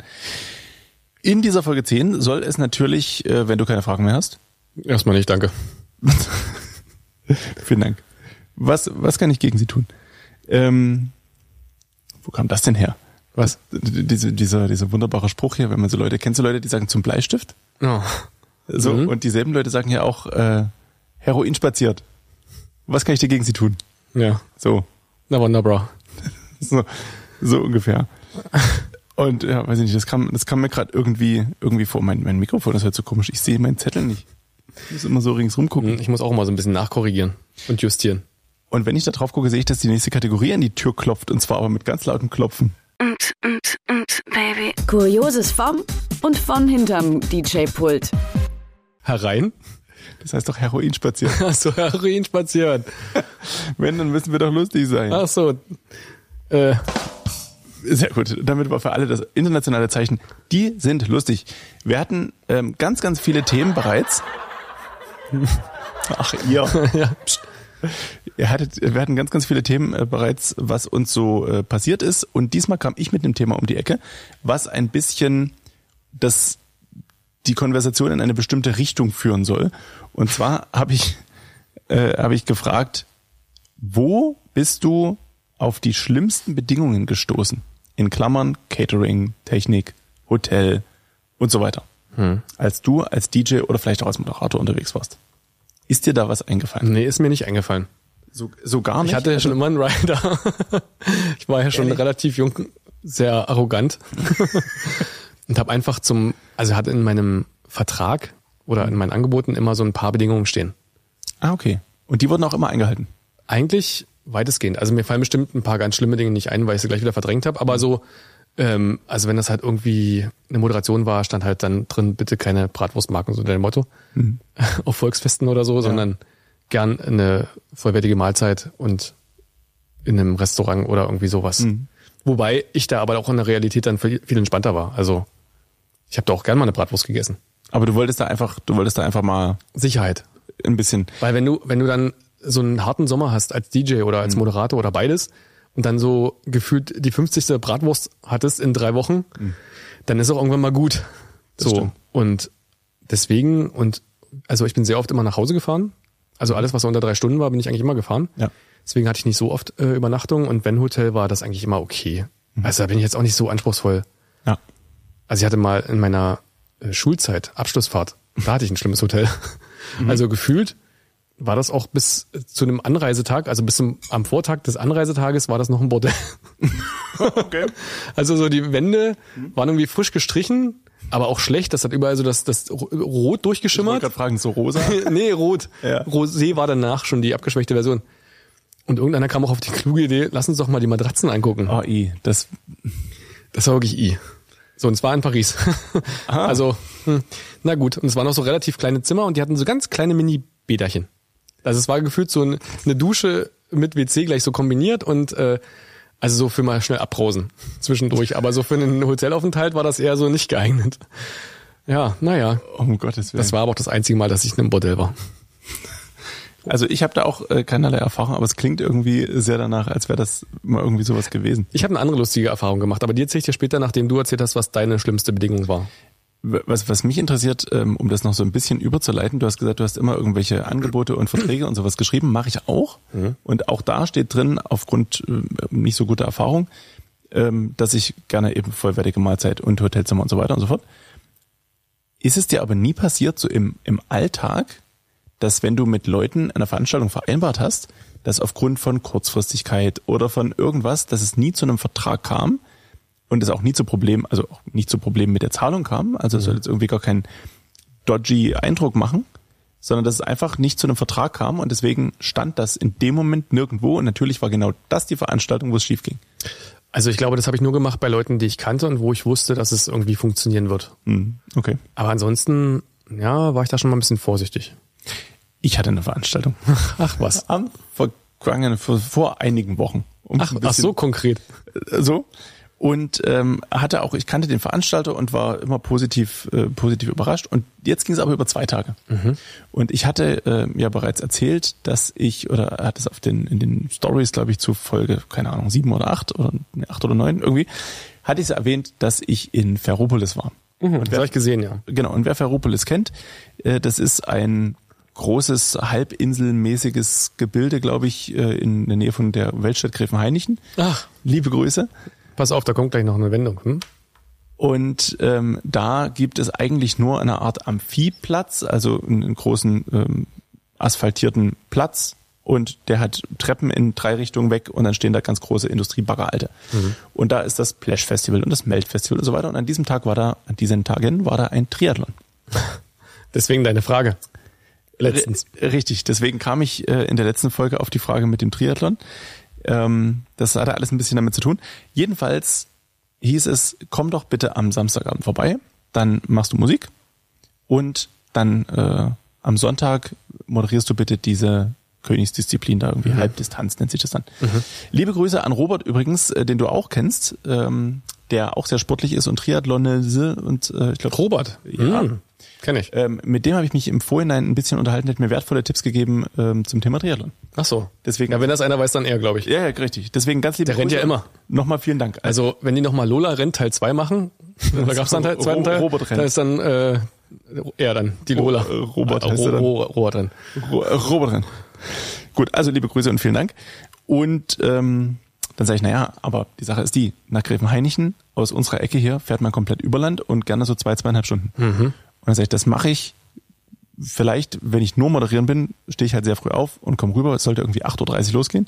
[SPEAKER 2] In dieser Folge 10 soll es natürlich, äh, wenn du keine Fragen mehr hast,
[SPEAKER 3] Erstmal nicht, danke.
[SPEAKER 2] Vielen Dank. Was, was kann ich gegen Sie tun? Ähm, wo kam das denn her?
[SPEAKER 3] Was?
[SPEAKER 2] D- Diese, dieser, dieser wunderbare Spruch hier, wenn man so Leute, kennst du Leute, die sagen zum Bleistift?
[SPEAKER 3] Oh.
[SPEAKER 2] So,
[SPEAKER 3] Mhm.
[SPEAKER 2] und dieselben Leute sagen ja auch, äh, Heroin spaziert. Was kann ich dir gegen sie tun?
[SPEAKER 3] Ja.
[SPEAKER 2] So,
[SPEAKER 3] Na wonder, bra.
[SPEAKER 2] so, so ungefähr. Und ja, weiß ich nicht, das kam, das kam mir gerade irgendwie, irgendwie vor. Mein, mein Mikrofon ist halt so komisch. Ich sehe meinen Zettel nicht. muss immer so ringsrum gucken.
[SPEAKER 3] Ich muss auch mal so ein bisschen nachkorrigieren und justieren.
[SPEAKER 2] Und wenn ich da drauf gucke, sehe ich, dass die nächste Kategorie an die Tür klopft. Und zwar aber mit ganz lautem Klopfen.
[SPEAKER 4] Baby.
[SPEAKER 1] Kurioses vom und von hinterm DJ-Pult.
[SPEAKER 3] Herein?
[SPEAKER 2] Das heißt doch Heroin spazieren.
[SPEAKER 3] Achso, Heroin spazieren.
[SPEAKER 2] wenn, dann müssen wir doch lustig sein.
[SPEAKER 3] Achso. Äh,
[SPEAKER 2] Sehr gut. Damit war für alle das internationale Zeichen. Die sind lustig. Wir hatten ähm, ganz, ganz viele Themen bereits. Ach, ihr.
[SPEAKER 3] ja, pst.
[SPEAKER 2] ihr hattet, wir hatten ganz, ganz viele Themen äh, bereits, was uns so äh, passiert ist. Und diesmal kam ich mit einem Thema um die Ecke, was ein bisschen das, die Konversation in eine bestimmte Richtung führen soll. Und zwar habe ich, äh, habe ich gefragt, wo bist du auf die schlimmsten Bedingungen gestoßen? In Klammern, Catering, Technik, Hotel und so weiter.
[SPEAKER 3] Hm.
[SPEAKER 2] Als du als DJ oder vielleicht auch als Moderator unterwegs warst. Ist dir da was eingefallen?
[SPEAKER 3] nee, ist mir nicht eingefallen.
[SPEAKER 2] So, so gar nicht. Also
[SPEAKER 3] Ich hatte ja schon immer einen Rider. Ich war ja schon
[SPEAKER 2] Ehrlich?
[SPEAKER 3] relativ jung, sehr arrogant und habe einfach zum, also hatte in meinem Vertrag oder in meinen Angeboten immer so ein paar Bedingungen stehen.
[SPEAKER 2] Ah, okay. Und die wurden auch immer eingehalten.
[SPEAKER 3] Eigentlich weitestgehend. Also mir fallen bestimmt ein paar ganz schlimme Dinge nicht ein, weil ich sie gleich wieder verdrängt habe. Aber so, ähm, also wenn das halt irgendwie eine Moderation war, stand halt dann drin, bitte keine Bratwurstmarken, so dein Motto, auf Volksfesten oder so, sondern gern eine vollwertige Mahlzeit und in einem Restaurant oder irgendwie sowas. Wobei ich da aber auch in der Realität dann viel viel entspannter war. Also ich habe da auch gern mal eine Bratwurst gegessen.
[SPEAKER 2] Aber du wolltest da einfach, du wolltest da einfach mal
[SPEAKER 3] Sicherheit.
[SPEAKER 2] ein bisschen.
[SPEAKER 3] Weil wenn du, wenn du dann so einen harten Sommer hast als DJ oder
[SPEAKER 2] Mhm.
[SPEAKER 3] als Moderator oder beides und dann so gefühlt die 50. Bratwurst hattest in drei Wochen, dann ist auch irgendwann mal gut. so.
[SPEAKER 2] Mhm. stimmt.
[SPEAKER 3] Und deswegen, und also ich bin sehr oft immer nach Hause gefahren. Also alles, was unter drei Stunden war, bin ich eigentlich immer gefahren.
[SPEAKER 2] Ja.
[SPEAKER 3] Deswegen hatte ich nicht so oft äh, Übernachtungen und wenn Hotel war das eigentlich immer okay.
[SPEAKER 2] Mhm.
[SPEAKER 3] Also da bin ich jetzt auch nicht so anspruchsvoll.
[SPEAKER 2] Ja.
[SPEAKER 3] Also ich hatte mal in meiner äh, Schulzeit, Abschlussfahrt, da hatte ich ein schlimmes Hotel.
[SPEAKER 2] Mhm.
[SPEAKER 3] Also gefühlt war das auch bis äh, zu einem Anreisetag, also bis zum, am Vortag des Anreisetages war das noch ein Bordell.
[SPEAKER 2] Okay.
[SPEAKER 3] Also so die Wände
[SPEAKER 2] Mhm.
[SPEAKER 3] waren irgendwie frisch gestrichen, aber auch schlecht. Das hat überall so das, das ro- rot
[SPEAKER 2] Ich wollte
[SPEAKER 3] durchgeschimmert.
[SPEAKER 2] gerade fragen, so rosa.
[SPEAKER 3] nee, rot.
[SPEAKER 2] Ja.
[SPEAKER 3] Rosé war danach schon die abgeschwächte Version. Und irgendeiner kam auch auf die kluge Idee, lass uns doch mal die Matratzen angucken.
[SPEAKER 2] Oh, i, das,
[SPEAKER 3] Das war wirklich I. So, und es war in Paris. Also, hm, na gut. Und es waren auch so relativ kleine Zimmer und die hatten so ganz kleine Mini-Bäderchen. Also es war gefühlt so ein, eine Dusche mit WC gleich so kombiniert und äh, also so für mal schnell abrosen zwischendurch. Aber so für einen Hotelaufenthalt war das eher so nicht geeignet. Ja, naja.
[SPEAKER 2] um Gottes Willen.
[SPEAKER 3] Das war aber auch das einzige Mal, dass ich in einem Bordell war.
[SPEAKER 2] also ich habe da auch äh, keinerlei Erfahrung, aber es klingt irgendwie sehr danach, als wäre das mal irgendwie sowas gewesen.
[SPEAKER 3] Ich habe eine andere lustige Erfahrung gemacht, aber die erzähle ich dir später, nachdem du erzählt hast, was deine schlimmste Bedingung war.
[SPEAKER 2] Was, was mich interessiert, ähm, um das noch so ein bisschen überzuleiten, du hast gesagt, du hast immer irgendwelche Angebote und Verträge und sowas geschrieben, mache ich auch. Und auch da steht drin, aufgrund ähm, nicht so guter Erfahrung, ähm, dass ich gerne eben vollwertige Mahlzeit und Hotelzimmer und so weiter und so fort. Ist es dir aber nie passiert, so im, im Alltag, dass wenn du mit Leuten eine Veranstaltung vereinbart hast, dass aufgrund von Kurzfristigkeit oder von irgendwas, dass es nie zu einem Vertrag kam und es auch nie zu Problemen, also auch nicht zu Problemen mit der Zahlung kam, also
[SPEAKER 3] Mhm.
[SPEAKER 2] es soll jetzt irgendwie gar keinen dodgy Eindruck machen, sondern dass es einfach nicht zu einem Vertrag kam und deswegen stand das in dem Moment nirgendwo und natürlich war genau das die Veranstaltung, wo es schief ging.
[SPEAKER 3] Also ich glaube, das habe ich nur gemacht bei Leuten, die ich kannte und wo ich wusste, dass es irgendwie funktionieren wird.
[SPEAKER 2] Okay.
[SPEAKER 3] Aber ansonsten, ja, war ich da schon mal ein bisschen vorsichtig.
[SPEAKER 2] Ich hatte eine Veranstaltung.
[SPEAKER 3] Ach was.
[SPEAKER 2] Am vergangenen, vor, vor einigen Wochen. Um
[SPEAKER 3] Ach,
[SPEAKER 2] ein
[SPEAKER 3] ach
[SPEAKER 2] bisschen-
[SPEAKER 3] so konkret.
[SPEAKER 2] so und ähm, hatte auch ich kannte den Veranstalter und war immer positiv äh, positiv überrascht und jetzt ging es aber über zwei Tage und ich hatte äh, ja bereits erzählt dass ich oder er hat es auf den in den Stories glaube ich zu Folge keine Ahnung sieben oder acht oder nee, acht oder neun irgendwie hatte ich es erwähnt dass ich in Ferropolis war
[SPEAKER 3] Das habe ich gesehen, ja.
[SPEAKER 2] Genau, und wer Ferropolis kennt, äh, das ist ein großes halbinselmäßiges Gebilde, glaube ich, äh, in der Nähe von der Weltstadt Gräfenhainichen.
[SPEAKER 3] Ach.
[SPEAKER 2] Liebe Grüße.
[SPEAKER 3] Pass auf, da kommt gleich noch eine Wendung. Hm?
[SPEAKER 2] Und ähm, da gibt es eigentlich nur eine Art Amphiplatz, also einen, einen großen ähm, asphaltierten Platz und der hat Treppen in drei Richtungen weg und dann stehen da ganz große Industriebaggeralter. Und da ist das Splash Festival und das Melt Festival und so weiter. Und an diesem Tag war da, an diesen Tagen war da ein Triathlon.
[SPEAKER 3] Deswegen deine Frage. letztens.
[SPEAKER 2] R- Richtig, deswegen kam ich äh, in der letzten Folge auf die Frage mit dem Triathlon. Ähm, das hatte alles ein bisschen damit zu tun. Jedenfalls hieß es, komm doch bitte am Samstagabend vorbei, dann machst du Musik und dann äh, am Sonntag moderierst du bitte diese Königsdisziplin da irgendwie, Halbdistanz nennt sich das dann. Liebe Grüße an Robert übrigens, äh, den du auch kennst, ähm, der auch sehr sportlich ist und Triathlonese und äh, ich glaube
[SPEAKER 3] Robert.
[SPEAKER 2] Ja.
[SPEAKER 3] Hm, kenn ich.
[SPEAKER 2] ähm, mit dem habe ich mich im Vorhinein ein bisschen unterhalten, hat mir wertvolle Tipps gegeben ähm, zum Thema Triathlon.
[SPEAKER 3] Ach so.
[SPEAKER 2] Deswegen-
[SPEAKER 3] Ja, wenn das einer weiß, dann er, glaube ich.
[SPEAKER 2] Ja, ja, richtig. Deswegen ganz liebe
[SPEAKER 3] Der rennt ja immer.
[SPEAKER 2] Nochmal vielen Dank. Also
[SPEAKER 3] Also, wenn die nochmal Lola rennt, Teil 2 machen, da gab es dann Teil,
[SPEAKER 2] Ro-
[SPEAKER 3] zweiten Teil,
[SPEAKER 2] Robert rennt.
[SPEAKER 3] da ist dann äh, er dann, die Lola.
[SPEAKER 2] äh, Robert
[SPEAKER 3] äh,
[SPEAKER 2] heißt er
[SPEAKER 3] Ro-
[SPEAKER 2] dann.
[SPEAKER 3] Ro- Robert rennt.
[SPEAKER 2] Ro äh, Robert rennt. Gut, also liebe Grüße und vielen Dank. Und ähm, dann sage ich, naja, aber die Sache ist die, nach Gräfenhainichen aus unserer Ecke hier fährt man komplett über Land und gerne so zwei, zweieinhalb Stunden. Und dann sage ich, das mache ich. Vielleicht, wenn ich nur moderieren bin, stehe ich halt sehr früh auf und komme rüber. Es sollte irgendwie 8.30 Uhr losgehen.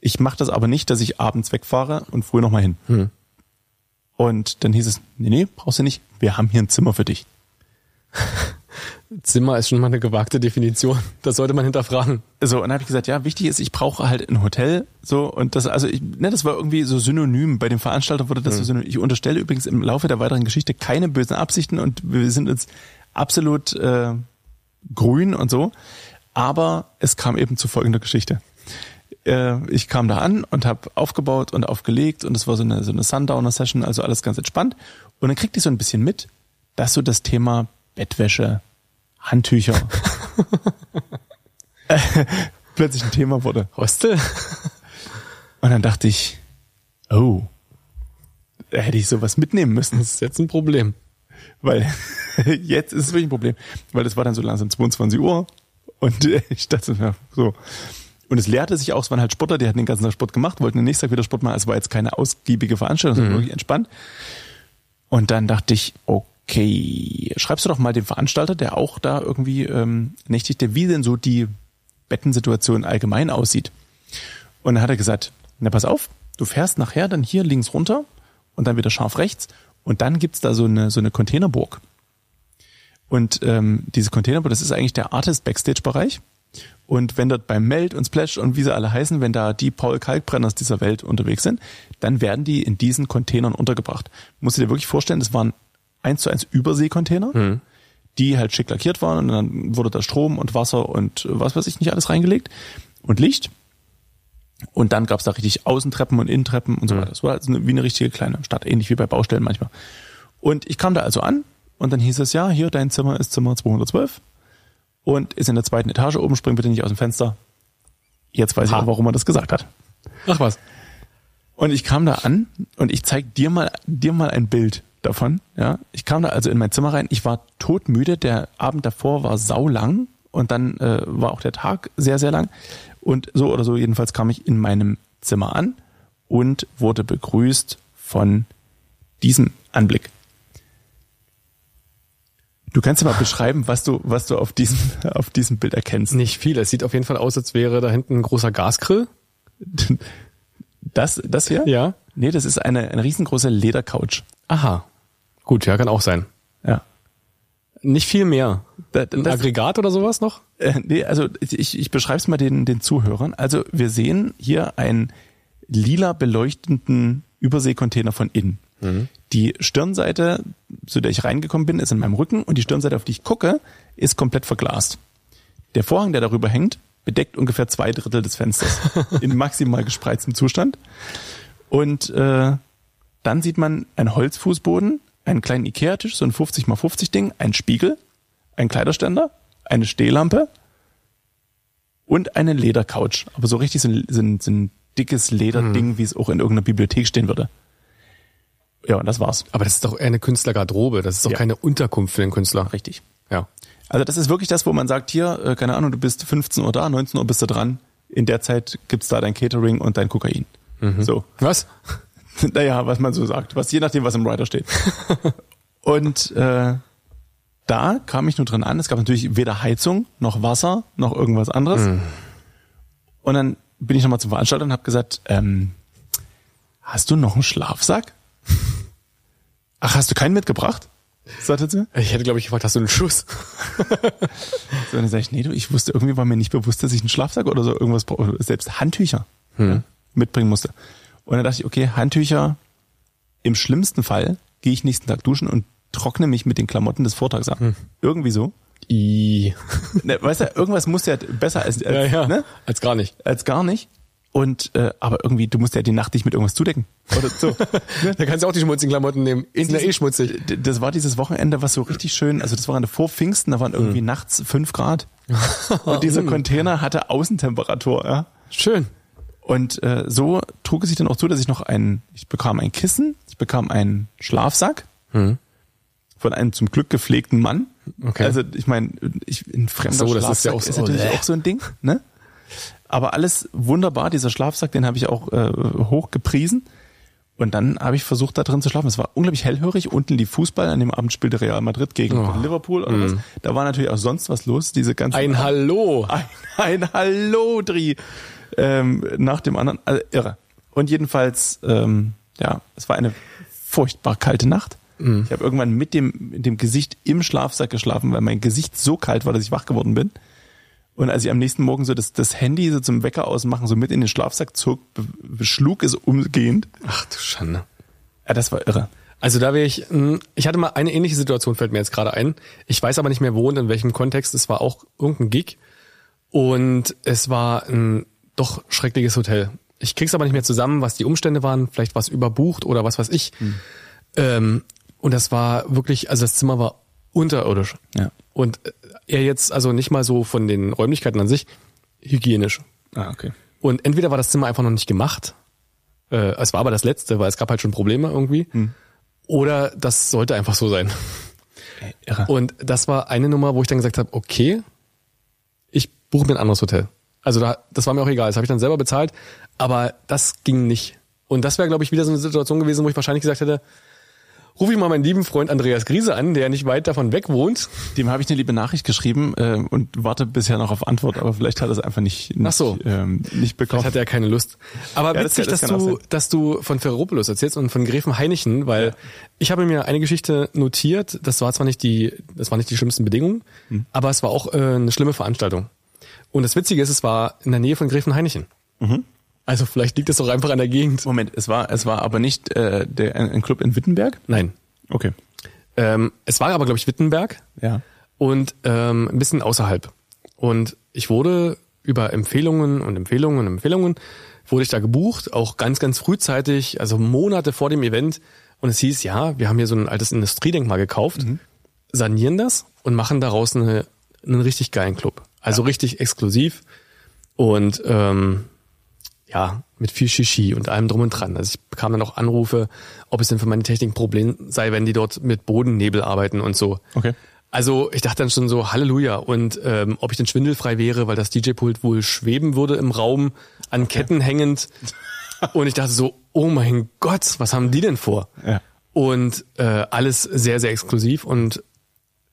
[SPEAKER 2] Ich mache das aber nicht, dass ich abends wegfahre und früh nochmal hin. Und dann hieß es, nee, nee, brauchst du nicht. Wir haben hier ein Zimmer für dich.
[SPEAKER 3] Zimmer ist schon mal eine gewagte Definition. Das sollte man hinterfragen.
[SPEAKER 2] So, und dann habe ich gesagt, ja, wichtig ist, ich brauche halt ein Hotel. So, und das, also ich, ne, das war irgendwie so synonym. Bei dem Veranstalter wurde das so synonym. Ich unterstelle übrigens im Laufe der weiteren Geschichte keine bösen Absichten und wir sind uns absolut äh, grün und so. Aber es kam eben zu folgender Geschichte. Äh, ich kam da an und habe aufgebaut und aufgelegt und es war so eine, so eine Sundowner-Session, also alles ganz entspannt. Und dann kriegte ich so ein bisschen mit, dass so das Thema Bettwäsche, Handtücher äh, plötzlich ein Thema wurde.
[SPEAKER 3] Hostel?
[SPEAKER 2] Und dann dachte ich, oh, da hätte ich sowas mitnehmen müssen,
[SPEAKER 3] Das ist jetzt ein Problem.
[SPEAKER 2] weil jetzt ist es wirklich ein Problem, weil das war dann so langsam 22 Uhr und äh, ich dachte mir so. Und es lehrte sich auch, es waren halt Sportler, die hatten den ganzen Tag Sport gemacht, wollten den nächsten Tag wieder Sport machen, es war jetzt keine ausgiebige Veranstaltung, sondern wirklich entspannt. Und dann dachte ich, okay, schreibst du doch mal dem Veranstalter, der auch da irgendwie ähm, nächtigte, wie denn so die Bettensituation allgemein aussieht. Und dann hat er gesagt, na pass auf, du fährst nachher dann hier links runter und dann wieder scharf rechts und dann gibt's da so eine, so eine Containerburg. Und ähm, diese Containerburg, das ist eigentlich der Artist-Backstage-Bereich. Und wenn dort beim Meld und Splash und wie sie alle heißen, wenn da die Paul Kalkbrenners dieser Welt unterwegs sind, dann werden die in diesen Containern untergebracht. Musst du dir wirklich vorstellen, das waren eins zu eins Überseecontainer, die halt schick lackiert waren und dann wurde da Strom und Wasser und was weiß ich nicht alles reingelegt und Licht. Und dann gab's da richtig Außentreppen und Innentreppen und so weiter. Das war also eine- wie eine richtige kleine Stadt, ähnlich wie bei Baustellen manchmal. Und ich kam da also an und dann hieß es, ja, hier, dein Zimmer ist Zimmer 212 und ist in der zweiten Etage oben, spring bitte nicht aus dem Fenster. Jetzt weiß ich auch, warum er das gesagt hat.
[SPEAKER 3] Ach was.
[SPEAKER 2] Und ich kam da an und ich zeig dir mal, dir mal ein Bild davon. Ja, ich kam da also in mein Zimmer rein. Ich war todmüde. Der Abend davor war saulang und dann äh, war auch der Tag sehr, sehr lang. Und so oder so jedenfalls kam ich in meinem Zimmer an und wurde begrüßt von diesem Anblick. Du kannst ja mal beschreiben, was du, was du auf diesem, auf diesem Bild erkennst.
[SPEAKER 3] Nicht viel. Es sieht auf jeden Fall aus, als wäre da hinten ein großer Gasgrill.
[SPEAKER 2] Das, das hier?
[SPEAKER 3] Ja.
[SPEAKER 2] Nee, das ist eine, eine riesengroße Ledercouch.
[SPEAKER 3] Aha. Gut, ja, kann auch sein.
[SPEAKER 2] Ja.
[SPEAKER 3] Nicht viel mehr.
[SPEAKER 2] Da-
[SPEAKER 3] Ein
[SPEAKER 2] das-
[SPEAKER 3] Aggregat oder sowas noch?
[SPEAKER 2] Äh, nee, also ich, ich beschreibe es mal den, den Zuhörern. Also wir sehen hier einen lila beleuchtenden Überseekontainer von innen. Die Stirnseite, zu der ich reingekommen bin, ist in meinem Rücken und die Stirnseite, auf die ich gucke, ist komplett verglast. Der Vorhang, der darüber hängt, bedeckt ungefähr zwei Drittel des Fensters in maximal gespreiztem Zustand. Und äh, dann sieht man einen Holzfußboden, einen kleinen Ikea-Tisch, so ein 50 x 50 Ding, einen Spiegel, einen Kleiderständer, eine Stehlampe und eine Ledercouch. Aber so richtig so ein, so ein, so ein dickes Lederding, wie es auch in irgendeiner Bibliothek stehen würde. Ja, und das war's.
[SPEAKER 3] Aber das ist doch eher eine Künstlergarderobe. Das ist doch
[SPEAKER 2] Ja.
[SPEAKER 3] keine Unterkunft für den Künstler.
[SPEAKER 2] Richtig.
[SPEAKER 3] Ja.
[SPEAKER 2] Also das ist wirklich das, wo man sagt, hier, äh, keine Ahnung, du bist 15 Uhr da, 19 Uhr bist du dran. In der Zeit gibt's da dein Catering und dein Kokain. So.
[SPEAKER 3] Was?
[SPEAKER 2] naja, was man so sagt, was je nachdem, was im Rider steht. Und äh, da kam ich nur drin an. Es gab natürlich weder Heizung noch Wasser noch irgendwas anderes. Und dann bin ich nochmal zum Veranstalter und habe gesagt, ähm, hast du noch einen Schlafsack? Ach, hast du keinen mitgebracht? sagte sie.
[SPEAKER 3] Ich hätte, glaube ich, gefragt, hast du einen Schuss?
[SPEAKER 2] So, dann sag ich, nee, du, ich wusste, irgendwie war mir nicht bewusst, dass ich einen Schlafsack oder so irgendwas brauche, oder selbst Handtücher
[SPEAKER 3] Hm.
[SPEAKER 2] ja, mitbringen musste. Und dann dachte ich, okay, Handtücher, im schlimmsten Fall gehe ich nächsten Tag duschen und trockne mich mit den Klamotten des Vortags ab.
[SPEAKER 3] Hm.
[SPEAKER 2] Irgendwie so.
[SPEAKER 3] I.
[SPEAKER 2] Ne, weißt du, irgendwas muss ja besser als,
[SPEAKER 3] Ja,
[SPEAKER 2] als,
[SPEAKER 3] ja.
[SPEAKER 2] Ne?
[SPEAKER 3] Als gar nicht.
[SPEAKER 2] als gar nicht. Und äh, aber irgendwie, du musst ja die Nacht dich mit irgendwas zudecken. Oder so.
[SPEAKER 3] Da kannst du auch die schmutzigen Klamotten nehmen. Ne? Ist ja eh schmutzig.
[SPEAKER 2] D- Das war dieses Wochenende, was so richtig schön, also das Wochenende vor Pfingsten, da waren
[SPEAKER 3] Hm.
[SPEAKER 2] irgendwie nachts fünf Grad. Und dieser Container hatte Außentemperatur, ja.
[SPEAKER 3] Schön.
[SPEAKER 2] Und äh, so trug es sich dann auch zu, dass ich noch ein, ich bekam ein Kissen, ich bekam einen Schlafsack von einem zum Glück gepflegten Mann.
[SPEAKER 3] Mhm. Okay.
[SPEAKER 2] Also ich meine, ich ein fremder
[SPEAKER 3] Ach so, das
[SPEAKER 2] Schlafsack
[SPEAKER 3] ist ja auch so-
[SPEAKER 2] natürlich
[SPEAKER 3] Bäh.
[SPEAKER 2] auch so ein Ding, ne? Aber alles wunderbar, dieser Schlafsack, den habe ich auch äh, hoch gepriesen. Und dann habe ich versucht, da drin zu schlafen. Es war unglaublich hellhörig. Unten lief Fußball. An dem Abend spielte Real Madrid gegen Liverpool oder was. Da war natürlich auch sonst was los. Diese ganzen
[SPEAKER 3] Oh. Mhm. Ein Hallo.
[SPEAKER 2] ein, ein Hallodri ähm, nach dem anderen. Also irre. Und jedenfalls, ähm, ja, es war eine furchtbar kalte Nacht. Ich habe irgendwann mit dem, mit dem Gesicht im Schlafsack geschlafen, weil mein Gesicht so kalt war, dass ich wach geworden bin. Und als ich am nächsten Morgen so das, das Handy so zum Wecker ausmachen, so mit in den Schlafsack zog, be- beschlug es umgehend.
[SPEAKER 3] Ach du Schande.
[SPEAKER 2] Ja, das war irre.
[SPEAKER 3] Also da wäre ich, mh, ich hatte mal eine ähnliche Situation, fällt mir jetzt gerade ein. Ich weiß aber nicht mehr wo und in welchem Kontext. Es war auch irgendein Gig und es war ein doch schreckliches Hotel. Ich krieg's aber nicht mehr zusammen, was die Umstände waren, vielleicht was überbucht oder was weiß ich. Ähm, und das war wirklich, also das Zimmer war unterirdisch.
[SPEAKER 2] Ja.
[SPEAKER 3] Und äh, er jetzt, also nicht mal so von den Räumlichkeiten an sich, hygienisch.
[SPEAKER 2] Ah, okay.
[SPEAKER 3] Und entweder war das Zimmer einfach noch nicht gemacht, äh, es war aber das letzte, weil es gab halt schon Probleme irgendwie, oder das sollte einfach so sein.
[SPEAKER 2] Ey, irre.
[SPEAKER 3] Und das war eine Nummer, wo ich dann gesagt habe, okay, ich buche mir ein anderes Hotel. Also da, das war mir auch egal, das habe ich dann selber bezahlt, aber das ging nicht. Und das wäre, glaube ich, wieder so eine Situation gewesen, wo ich wahrscheinlich gesagt hätte, ruf ich mal meinen lieben Freund Andreas Griese an, der nicht weit davon weg wohnt.
[SPEAKER 2] Dem habe ich eine liebe Nachricht geschrieben äh, und warte bisher noch auf Antwort, aber vielleicht hat er es einfach nicht, nicht,
[SPEAKER 3] Ach so.
[SPEAKER 2] ähm, nicht bekommen.
[SPEAKER 3] Vielleicht hat er keine Lust. Aber
[SPEAKER 2] Ja, das
[SPEAKER 3] witzig,
[SPEAKER 2] kann- das
[SPEAKER 3] dass,
[SPEAKER 2] kann auch
[SPEAKER 3] du,
[SPEAKER 2] sein.
[SPEAKER 3] dass du von Ferropoulos erzählst und von Gräfen Heinichen, weil ich habe mir eine Geschichte notiert, das war zwar nicht die, das waren nicht die schlimmsten Bedingungen,
[SPEAKER 2] Hm.
[SPEAKER 3] aber es war auch äh, eine schlimme Veranstaltung. Und das Witzige ist, es war in der Nähe von Gräfen Heinichen.
[SPEAKER 2] Mhm.
[SPEAKER 3] Also vielleicht liegt es doch einfach an der Gegend.
[SPEAKER 2] Moment, es war, es war aber nicht äh, der, ein, ein Club in Wittenberg?
[SPEAKER 3] Nein.
[SPEAKER 2] Okay.
[SPEAKER 3] Ähm, es war aber, glaube ich, Wittenberg.
[SPEAKER 2] Ja.
[SPEAKER 3] und ähm, ein bisschen außerhalb. Und ich wurde über Empfehlungen und Empfehlungen und Empfehlungen wurde ich da gebucht, auch ganz, ganz frühzeitig, also Monate vor dem Event. Und es hieß, ja, wir haben hier so ein altes Industriedenkmal gekauft, sanieren das und machen daraus eine, einen richtig geilen Club. Also richtig exklusiv und ähm, ja, mit viel Shishi und allem drum und dran. Also ich bekam dann auch Anrufe, ob es denn für meine Technik ein Problem sei, wenn die dort mit Bodennebel arbeiten und so.
[SPEAKER 2] Okay.
[SPEAKER 3] Also ich dachte dann schon so, Halleluja. Und ähm, ob ich denn schwindelfrei wäre, weil das DJ-Pult wohl schweben würde im Raum, an Ketten hängend. Und ich dachte so, oh mein Gott, was haben die denn vor?
[SPEAKER 2] Ja.
[SPEAKER 3] Und äh, alles sehr, sehr exklusiv. Und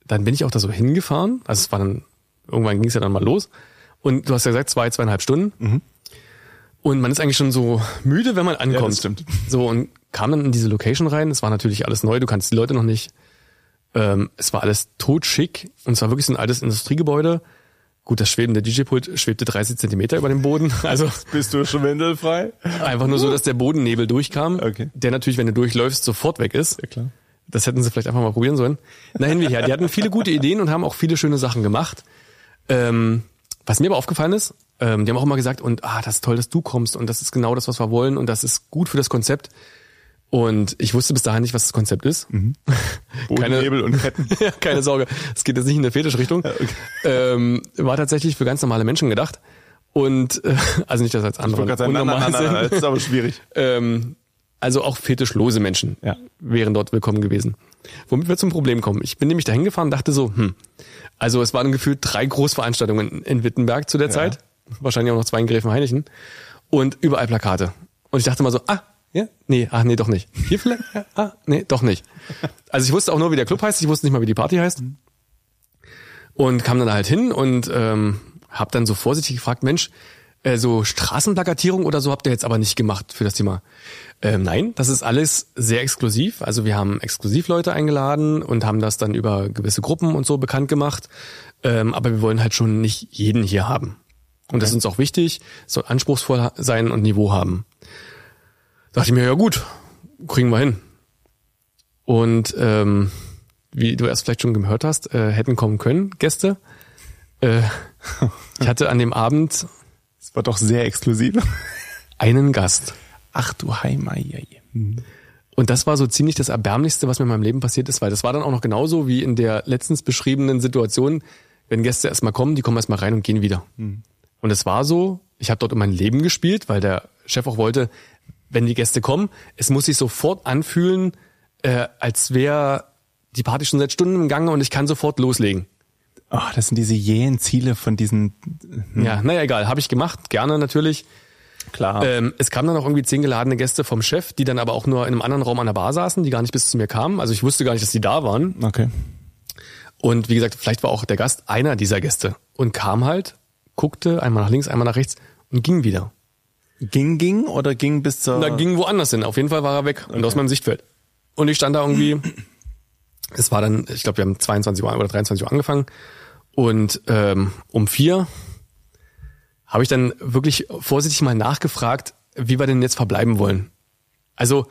[SPEAKER 3] dann bin ich auch da so hingefahren. Also es war dann, irgendwann ging es ja dann mal los. Und du hast ja gesagt, zwei, zweieinhalb Stunden. Und man ist eigentlich schon so müde, wenn man ankommt.
[SPEAKER 2] das stimmt.
[SPEAKER 3] So, und kam dann in diese Location rein. Es war natürlich alles neu, du kannst die Leute noch nicht. Ähm, es war alles totschick. Und es war wirklich so ein altes Industriegebäude. Gut, das schwebende DJ-Pult schwebte 30 Zentimeter über dem Boden. Also
[SPEAKER 2] Bist du schwindelfrei?
[SPEAKER 3] Einfach nur so, dass der Bodennebel durchkam,
[SPEAKER 2] Okay.
[SPEAKER 3] der natürlich, wenn du durchläufst, sofort weg ist.
[SPEAKER 2] Ja, klar.
[SPEAKER 3] Das hätten sie vielleicht einfach mal probieren sollen. Na, hin wie her. Die hatten viele gute Ideen und haben auch viele schöne Sachen gemacht. Ähm, was mir aber aufgefallen ist, ähm, die haben auch immer gesagt, und ah, das ist toll, dass du kommst und das ist genau das, was wir wollen und das ist gut für das Konzept. Und ich wusste bis dahin nicht, was das Konzept ist.
[SPEAKER 2] Bodennebel und Ketten.
[SPEAKER 3] Ja, keine Sorge. Es geht jetzt nicht in eine Fetischrichtung.
[SPEAKER 2] okay.
[SPEAKER 3] ähm, war tatsächlich für ganz normale Menschen gedacht. Und äh, also nicht, dass als andere unnormal sind.
[SPEAKER 2] das ist aber schwierig.
[SPEAKER 3] Ähm, also auch fetischlose Menschen
[SPEAKER 2] Ja.
[SPEAKER 3] wären dort willkommen gewesen. Womit wir zum Problem kommen. Ich bin nämlich dahin gefahren und dachte so, hm, also es waren gefühlt drei Großveranstaltungen in Wittenberg zu der Zeit. Wahrscheinlich auch noch zwei in Gräfenhainichen. Und überall Plakate. Und ich dachte mal so, ah, ja, nee, ach nee, doch nicht. Hier vielleicht, ja, ah, nee, doch nicht. Also ich wusste auch nur, wie der Club heißt, ich wusste nicht mal, wie die Party heißt. Und kam dann halt hin und ähm, hab dann so vorsichtig gefragt, Mensch, Äh, so Straßenplakatierung oder so habt ihr jetzt aber nicht gemacht für das Thema. Ähm, nein, das ist alles sehr exklusiv. Also wir haben Exklusivleute eingeladen und haben das dann über gewisse Gruppen und so bekannt gemacht. Ähm, aber wir wollen halt schon nicht jeden hier haben. Und das ist uns auch wichtig, Es soll anspruchsvoll ha- sein und Niveau haben. Dachte ich mir, ja gut, kriegen wir hin. Und ähm, wie du erst vielleicht schon gehört hast, äh, hätten kommen können Gäste. Äh, ich hatte an dem Abend
[SPEAKER 2] Das war doch sehr exklusiv.
[SPEAKER 3] einen Gast.
[SPEAKER 2] Ach du Heimei.
[SPEAKER 3] Und das war so ziemlich das Erbärmlichste, was mir in meinem Leben passiert ist, weil das war dann auch noch genauso wie in der letztens beschriebenen Situation, wenn Gäste erstmal kommen, die kommen erstmal rein und gehen wieder. Und es war so, ich habe dort um mein Leben gespielt, weil der Chef auch wollte, wenn die Gäste kommen, es muss sich sofort anfühlen, äh, als wäre die Party schon seit Stunden im Gange und ich kann sofort loslegen.
[SPEAKER 2] Oh, das sind diese jähen Ziele von diesen,
[SPEAKER 3] Ja, naja, egal, habe ich gemacht, gerne natürlich.
[SPEAKER 2] klar.
[SPEAKER 3] Ähm, es kamen dann auch irgendwie zehn geladene Gäste vom Chef, die dann aber auch nur in einem anderen Raum an der Bar saßen, die gar nicht bis zu mir kamen. Also ich wusste gar nicht, dass die da waren.
[SPEAKER 2] okay.
[SPEAKER 3] Und wie gesagt, vielleicht war auch der Gast einer dieser Gäste und kam halt, guckte einmal nach links, einmal nach rechts und ging wieder.
[SPEAKER 2] Ging, ging oder ging bis zur...
[SPEAKER 3] Und da ging woanders hin. Auf jeden Fall war er weg und aus meinem Sichtfeld. Und ich stand da irgendwie, es war dann, ich glaube, wir haben 22 Uhr oder 23 Uhr angefangen und ähm, um vier habe ich dann wirklich vorsichtig mal nachgefragt, wie wir denn jetzt verbleiben wollen. Also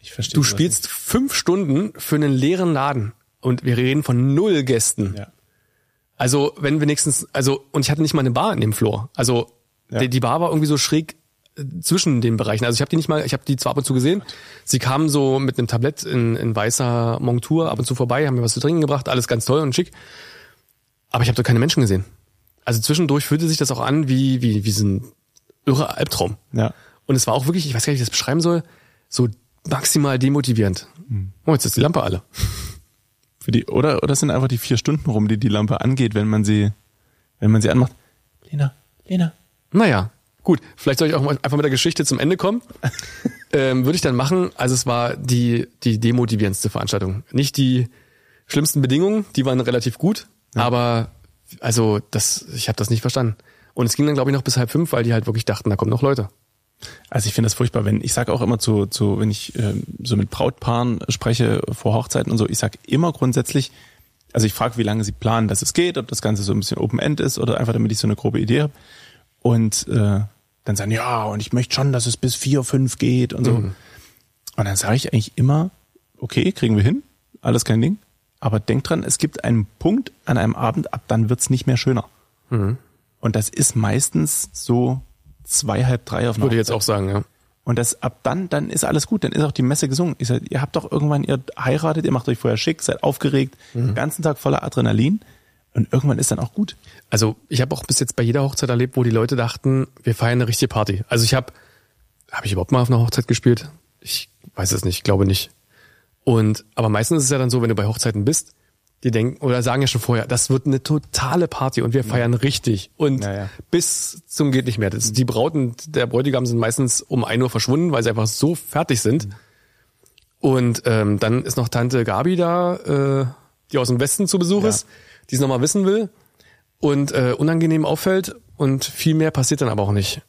[SPEAKER 2] ich verstehe
[SPEAKER 3] du
[SPEAKER 2] das
[SPEAKER 3] spielst fünf Stunden für einen leeren Laden und wir reden von null Gästen.
[SPEAKER 2] nicht. Ja.
[SPEAKER 3] Also, wenn wenigstens, also, und ich hatte nicht mal eine Bar in dem Floor. Also,
[SPEAKER 2] Ja.
[SPEAKER 3] die, die Bar war irgendwie so schräg äh, zwischen den Bereichen. Also ich habe die nicht mal, ich habe die zwar ab und zu gesehen. Sie kamen so mit einem Tablett in, in weißer Montur ab und zu vorbei, haben mir was zu trinken gebracht, alles ganz toll und schick. Aber ich habe da keine Menschen gesehen. Also zwischendurch fühlte sich das auch an wie wie wie so ein irrer Albtraum.
[SPEAKER 2] Ja.
[SPEAKER 3] Und es war auch wirklich, ich weiß gar nicht, wie ich das beschreiben soll, so maximal demotivierend. Oh, jetzt ist die Lampe alle.
[SPEAKER 2] Für die, oder, oder es sind einfach die vier Stunden rum, die die Lampe angeht, wenn man sie, wenn man sie anmacht. Lena, Lena.
[SPEAKER 3] Naja, gut. Vielleicht soll ich auch mal einfach mit der Geschichte zum Ende kommen. ähm, Würde ich dann machen. Also es war die, die demotivierendste Veranstaltung. Nicht die schlimmsten Bedingungen, die waren relativ gut, aber also das, ich habe das nicht verstanden. Und es ging dann, glaube ich, noch bis halb fünf, weil die halt wirklich dachten, da kommen noch Leute.
[SPEAKER 2] Also ich finde das furchtbar, wenn ich sage auch immer zu, zu wenn ich ähm, so mit Brautpaaren spreche vor Hochzeiten und so, ich sage immer grundsätzlich, also ich frage, wie lange sie planen, dass es geht, ob das Ganze so ein bisschen Open End ist oder einfach, damit ich so eine grobe Idee habe. Und äh, dann sagen, ja, und ich möchte schon, dass es bis vier, fünf geht und so. Und dann sage ich eigentlich immer, okay, kriegen wir hin, alles kein Ding. Aber denk dran, es gibt einen Punkt an einem Abend, ab dann wird's nicht mehr schöner. Und das ist meistens so zwei, halb drei auf einer
[SPEAKER 3] Würde ich jetzt auch sagen, ja.
[SPEAKER 2] und das ab dann, dann ist alles gut, dann ist auch die Messe gesungen. Ich sag, ihr habt doch irgendwann, ihr heiratet, ihr macht euch vorher schick, seid aufgeregt, den ganzen Tag voller Adrenalin und irgendwann ist dann auch gut.
[SPEAKER 3] Also ich habe auch bis jetzt bei jeder Hochzeit erlebt, wo die Leute dachten, wir feiern eine richtige Party. Also ich habe, habe ich überhaupt mal auf einer Hochzeit gespielt? Ich weiß es nicht, glaube nicht. Und aber meistens ist es ja dann so, wenn du bei Hochzeiten bist, die denken oder sagen ja schon vorher, das wird eine totale Party und wir feiern richtig und
[SPEAKER 2] Ja, ja.
[SPEAKER 3] bis zum geht nicht mehr. Das, die Braut und der Bräutigam sind meistens um 1 Uhr verschwunden, weil sie einfach so fertig
[SPEAKER 2] Mhm.
[SPEAKER 3] sind. Und ähm, dann ist noch Tante Gabi da, äh, die aus dem Westen zu Besuch
[SPEAKER 2] Ja.
[SPEAKER 3] ist, die es nochmal wissen will und äh, unangenehm auffällt und viel mehr passiert dann aber auch nicht.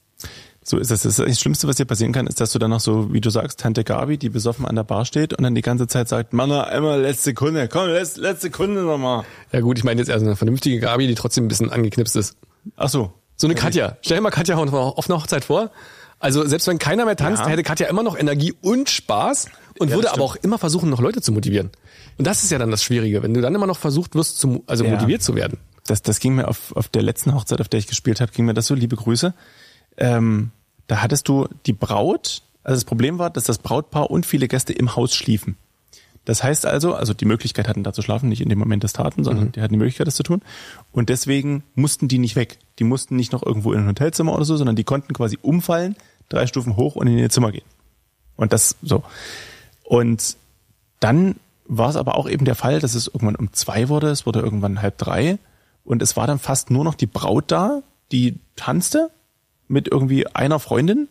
[SPEAKER 2] So ist es. Das, ist das Schlimmste, was dir passieren kann, ist, dass du dann noch so, wie du sagst, Tante Gabi, die besoffen an der Bar steht und dann die ganze Zeit sagt, Mann, na, einmal letzte Sekunde, komm, letzte, letzte Sekunde nochmal.
[SPEAKER 3] Ja gut, ich meine jetzt also eine vernünftige Gabi, die trotzdem ein bisschen angeknipst ist.
[SPEAKER 2] Ach so.
[SPEAKER 3] So eine Katja. Stell dir mal Katja auf einer Hochzeit vor. Also selbst wenn keiner mehr tanzt,
[SPEAKER 2] Ja.
[SPEAKER 3] hätte Katja immer noch Energie und Spaß und
[SPEAKER 2] Ja,
[SPEAKER 3] würde
[SPEAKER 2] das
[SPEAKER 3] aber auch
[SPEAKER 2] stimmt.
[SPEAKER 3] immer versuchen, noch Leute zu motivieren. Und das ist ja dann das Schwierige, wenn du dann immer noch versucht wirst, zu, mo- also
[SPEAKER 2] Ja.
[SPEAKER 3] motiviert zu werden.
[SPEAKER 2] das, das ging mir auf, auf der letzten Hochzeit, auf der ich gespielt habe, ging mir das so, liebe Grüße. Ähm, da hattest du die Braut, also das Problem war, dass das Brautpaar und viele Gäste im Haus schliefen. Das heißt also, also die Möglichkeit hatten da zu schlafen, nicht in dem Moment das taten, sondern die hatten die Möglichkeit das zu tun. Und deswegen mussten die nicht weg. Die mussten nicht noch irgendwo in ein Hotelzimmer oder so, sondern die konnten quasi umfallen, drei Stufen hoch und in ihr Zimmer gehen. Und das so. Und dann war es aber auch eben der Fall, dass es irgendwann um zwei wurde, es wurde irgendwann halb drei und es war dann fast nur noch die Braut da, die tanzte mit irgendwie einer Freundin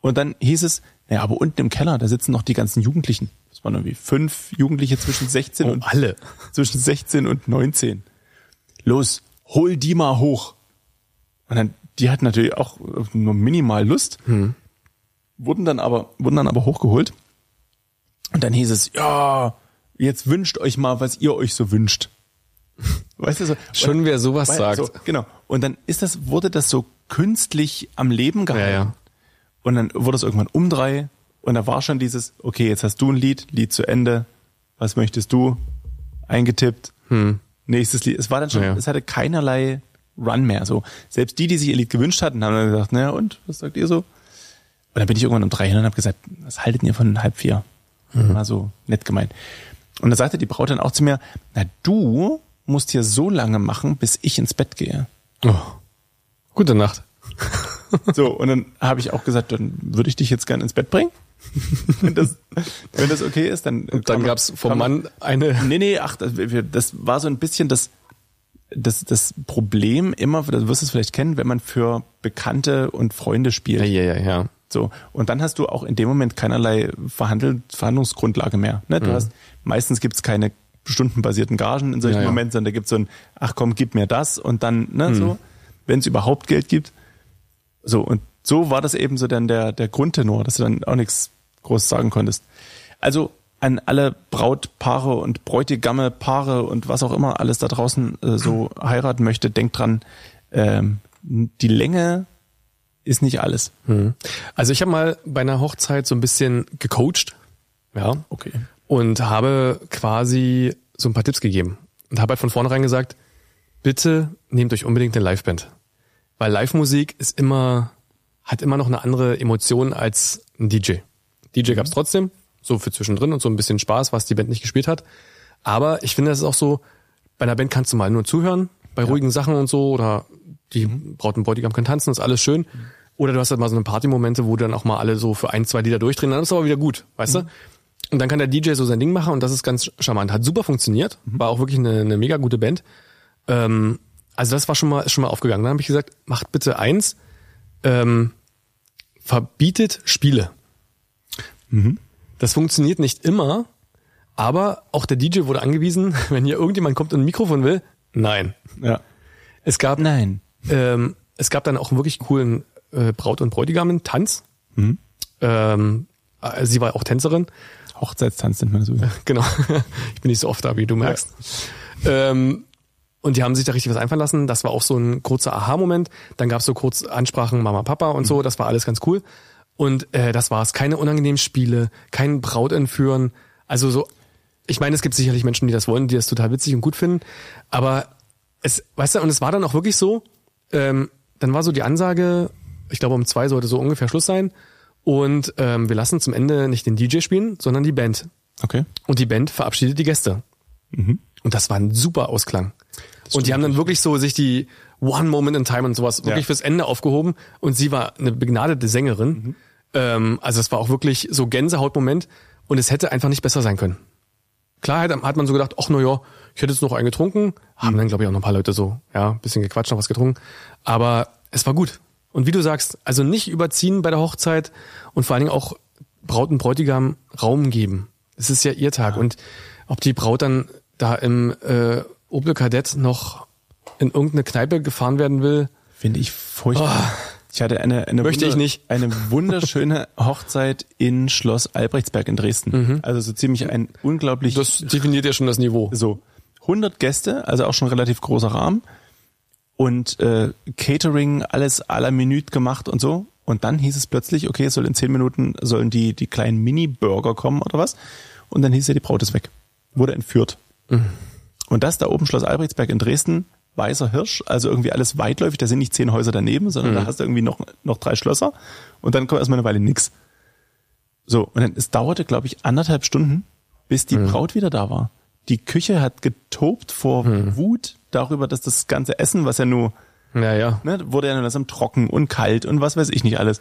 [SPEAKER 2] und dann hieß es, naja, aber unten im Keller, da sitzen noch die ganzen Jugendlichen. Das waren irgendwie fünf Jugendliche zwischen
[SPEAKER 3] Oh,
[SPEAKER 2] 16 und
[SPEAKER 3] alle.
[SPEAKER 2] zwischen 16 und 19. Los, hol die mal hoch. Und dann die hatten natürlich auch nur minimal Lust,
[SPEAKER 3] Hm.
[SPEAKER 2] wurden dann aber, wurden dann aber hochgeholt. Und dann hieß es, ja, jetzt wünscht euch mal, was ihr euch so wünscht. Weißt du so?
[SPEAKER 3] Schon wer sowas
[SPEAKER 2] Weil-
[SPEAKER 3] sagt.
[SPEAKER 2] So, genau. Und dann ist das, wurde das so künstlich am Leben gehalten.
[SPEAKER 3] Ja, ja.
[SPEAKER 2] Und dann wurde es irgendwann um drei und da war schon dieses, okay, jetzt hast du ein Lied, Lied zu Ende, was möchtest du? Eingetippt, nächstes Lied. Es war dann schon,
[SPEAKER 3] Ja, ja.
[SPEAKER 2] es hatte keinerlei Run mehr. So selbst die, die sich ihr Lied gewünscht hatten, haben dann gesagt, naja und was sagt ihr so? Und dann bin ich irgendwann um drei hin und habe gesagt, was haltet ihr von halb vier? War so nett gemeint. Und da sagte die Braut dann auch zu mir, na du musst hier so lange machen, bis ich ins Bett gehe.
[SPEAKER 3] Oh. Gute Nacht.
[SPEAKER 2] So, und dann habe ich auch gesagt, dann würde ich dich jetzt gern ins Bett bringen. wenn, das, wenn das okay ist, dann.
[SPEAKER 3] Und dann
[SPEAKER 2] kam-
[SPEAKER 3] gab's vom
[SPEAKER 2] kam-
[SPEAKER 3] Mann eine.
[SPEAKER 2] Nee, nee, ach, das, wir- das war so ein bisschen das, das, das Problem immer, du wirst es vielleicht kennen, wenn man für Bekannte und Freunde spielt.
[SPEAKER 3] Ja, ja, ja, ja.
[SPEAKER 2] So. Und dann hast du auch in dem Moment keinerlei Verhandel Verhandlungsgrundlage mehr. Ne?
[SPEAKER 3] Mhm.
[SPEAKER 2] Du hast, meistens gibt's keine stundenbasierten Gagen in solchen
[SPEAKER 3] Ja, ja.
[SPEAKER 2] Momenten, sondern da gibt's so ein, ach komm, gib mir das und dann, ne,
[SPEAKER 3] Mhm.
[SPEAKER 2] so, wenn es überhaupt Geld gibt. So, und so war das eben so dann der, der Grundtenor, dass du dann auch nichts groß sagen konntest. Also an alle Brautpaare und Bräutigamme, Paare und was auch immer alles da draußen äh, so heiraten möchte, denkt dran, ähm, die Länge ist nicht alles.
[SPEAKER 3] Also ich habe mal bei einer Hochzeit so ein bisschen gecoacht. Ja.
[SPEAKER 2] Okay.
[SPEAKER 3] und habe quasi so ein paar Tipps gegeben und habe halt von vornherein gesagt, bitte nehmt euch unbedingt eine Liveband, weil Live-Musik ist immer hat immer noch eine andere Emotion als ein DJ. DJ gab's trotzdem, so für zwischendrin und so ein bisschen Spaß, was die Band nicht gespielt hat. Aber ich finde, das ist auch so, bei einer Band kannst du mal nur zuhören, bei ruhigen Sachen und so, oder die Braut und Bräutigam können tanzen, ist alles schön. Oder du hast halt mal so eine Partymomente, wo dann auch mal alle so für ein, zwei Lieder durchdrehen, dann ist aber wieder gut, weißt du? Und dann kann der DJ so sein Ding machen und das ist ganz charmant. Hat super funktioniert, war auch wirklich eine, eine mega gute Band. Ähm, also das war schon mal, ist schon mal aufgegangen. Dann habe ich gesagt, macht bitte eins, ähm, verbietet Spiele. Das funktioniert nicht immer, aber auch der DJ wurde angewiesen, wenn hier irgendjemand kommt und ein Mikrofon will, nein.
[SPEAKER 2] Ja.
[SPEAKER 3] Es gab
[SPEAKER 2] Nein.
[SPEAKER 3] ähm, es gab dann auch einen wirklich coolen äh, Braut- und Bräutigamen-Tanz. Ähm, äh, sie war auch Tänzerin.
[SPEAKER 2] Hochzeitstanz nennt man das übrigens.
[SPEAKER 3] Genau. ich bin nicht so oft da, wie du merkst. Ähm, und die haben sich da richtig was einfallen lassen. Das war auch so ein kurzer Aha-Moment. Dann gab es so kurz Ansprachen Mama, Papa und so. Das war alles ganz cool. Und äh, das war's. Keine unangenehmen Spiele, kein Braut entführen. Also so, ich meine, es gibt sicherlich Menschen, die das wollen, die das total witzig und gut finden. Aber es, weißt du, und es war dann auch wirklich so, ähm, dann war so die Ansage, ich glaube um zwei sollte so ungefähr Schluss sein. Und ähm, wir lassen zum Ende nicht den DJ spielen, sondern die Band.
[SPEAKER 2] Okay.
[SPEAKER 3] Und die Band verabschiedet die Gäste. Und das war ein super Ausklang. und die haben dann wirklich so sich die One Moment in Time und sowas wirklich fürs Ende aufgehoben. Und sie war eine begnadete Sängerin. Ähm, also es war auch wirklich so Gänsehautmoment. Und es hätte einfach nicht besser sein können. Klar hat, hat man so gedacht, ach na ja, ich hätte jetzt noch einen getrunken. Haben dann glaube ich auch noch ein paar Leute so, ja, ein bisschen gequatscht, noch was getrunken. Aber es war gut. Und wie du sagst, also nicht überziehen bei der Hochzeit und vor allen Dingen auch Braut und Bräutigam Raum geben. Es ist ja ihr Tag. Und ob die Braut dann da im äh, Opel Kadett noch in irgendeine Kneipe gefahren werden will,
[SPEAKER 2] Finde ich furchtbar. Oh. Ich hatte eine, eine,
[SPEAKER 3] Möchte ich nicht.
[SPEAKER 2] eine wunderschöne Hochzeit in Schloss Albrechtsberg in Dresden. Also so ziemlich ein unglaublich
[SPEAKER 3] das definiert ja schon das Niveau.
[SPEAKER 2] so 100 Gäste, also auch schon relativ großer Rahmen und äh, Catering alles à la Minute gemacht und so. Und dann hieß es plötzlich, okay, es soll in 10 Minuten sollen die die kleinen Mini-Burger kommen oder was. Und dann hieß ja, die Braut ist weg. Wurde entführt. Und das da oben, Schloss Albrechtsberg in Dresden, Weißer Hirsch, also irgendwie alles weitläufig, da sind nicht zehn Häuser daneben, sondern da hast du irgendwie noch, noch drei Schlösser und dann kommt erstmal eine Weile nix. So, und dann, es dauerte, glaube ich, anderthalb Stunden, bis
[SPEAKER 3] Mhm.
[SPEAKER 2] die Braut wieder da war. Die Küche hat getobt vor
[SPEAKER 3] Mhm.
[SPEAKER 2] Wut darüber, dass das ganze Essen, was ja nur,
[SPEAKER 3] Naja.
[SPEAKER 2] ne, wurde ja nur langsam trocken und kalt und was weiß ich nicht alles.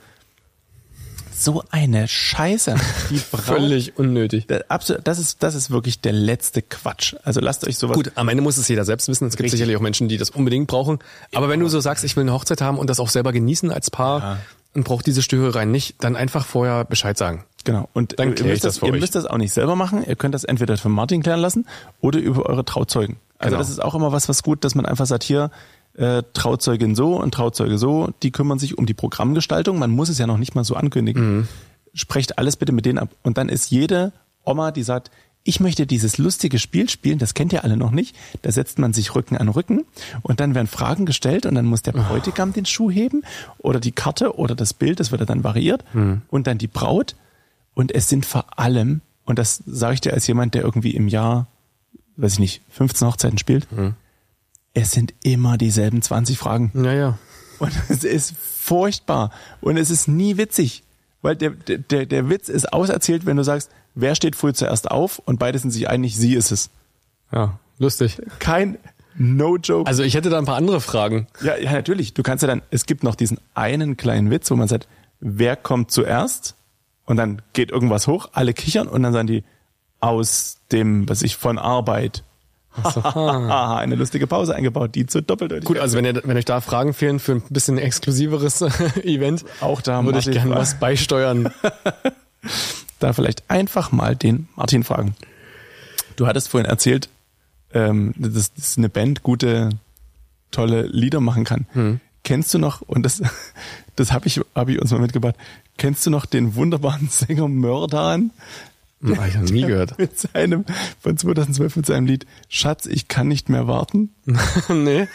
[SPEAKER 2] So eine Scheiße. Die Braut,
[SPEAKER 3] Völlig unnötig.
[SPEAKER 2] Das, absolut, das ist, das ist wirklich der letzte Quatsch. Also lasst euch sowas.
[SPEAKER 3] Gut, am Ende muss es jeder selbst wissen. Es gibt
[SPEAKER 2] Richtig.
[SPEAKER 3] sicherlich auch Menschen, die das unbedingt brauchen. Aber wenn du so sagst, ich will eine Hochzeit haben und das auch selber genießen als Paar und braucht diese Störereien nicht, dann einfach vorher Bescheid sagen.
[SPEAKER 2] Genau. Und
[SPEAKER 3] Dann
[SPEAKER 2] ihr,
[SPEAKER 3] klär ich
[SPEAKER 2] müsst
[SPEAKER 3] das
[SPEAKER 2] das,
[SPEAKER 3] für
[SPEAKER 2] ihr
[SPEAKER 3] euch.
[SPEAKER 2] müsst das auch nicht selber machen. Ihr könnt das entweder von Martin klären lassen oder über eure Trauzeugen. Also
[SPEAKER 3] Genau.
[SPEAKER 2] das ist auch immer was, was gut, dass man einfach sagt, hier, äh, Trauzeugin so und Trauzeuge so, die kümmern sich um die Programmgestaltung. Man muss es ja noch nicht mal so ankündigen.
[SPEAKER 3] Mhm.
[SPEAKER 2] Sprecht alles bitte mit denen ab. Und dann ist jede Oma, die sagt, ich möchte dieses lustige Spiel spielen, das kennt ihr alle noch nicht. Da setzt man sich Rücken an Rücken und dann werden Fragen gestellt und dann muss der Bräutigam den Schuh heben oder die Karte oder das Bild, das wird ja dann variiert
[SPEAKER 3] Mhm.
[SPEAKER 2] und dann die Braut und es sind vor allem, und das sage ich dir als jemand, der irgendwie im Jahr, weiß ich nicht, 15 Hochzeiten spielt, es sind immer dieselben 20 Fragen.
[SPEAKER 3] Naja.
[SPEAKER 2] Und es ist furchtbar. Und es ist nie witzig. Weil der, der- der, der Witz ist auserzählt, wenn du sagst, wer steht früh zuerst auf und beide sind sich einig, sie ist es.
[SPEAKER 3] Ja, lustig.
[SPEAKER 2] Kein No-Joke.
[SPEAKER 3] Also ich hätte da ein paar andere Fragen.
[SPEAKER 2] ja, ja, natürlich. Du kannst ja dann, es gibt noch diesen einen kleinen Witz, wo man sagt, wer kommt zuerst? Und dann geht irgendwas hoch, alle kichern und dann sagen die, aus dem, was ich von Arbeit. Haha, eine lustige Pause eingebaut, die zu doppeldeutig.
[SPEAKER 3] Gut, also wenn, ihr, wenn euch da Fragen fehlen für ein bisschen exklusiveres Event,
[SPEAKER 2] Auch da
[SPEAKER 3] würde ich
[SPEAKER 2] Martin
[SPEAKER 3] gerne
[SPEAKER 2] Fragen.
[SPEAKER 3] was beisteuern.
[SPEAKER 2] da vielleicht einfach mal den Martin fragen. Du hattest vorhin erzählt, ähm, dass, dass eine Band gute, tolle Lieder machen kann. Kennst du noch, und das, das habe ich, hab ich uns mal mitgebracht, kennst du noch den wunderbaren Sänger Mördan?
[SPEAKER 3] Hm, hab ich noch nie gehört.
[SPEAKER 2] Mit seinem, von 2012 mit seinem Lied Schatz, ich kann nicht mehr warten.
[SPEAKER 3] nee.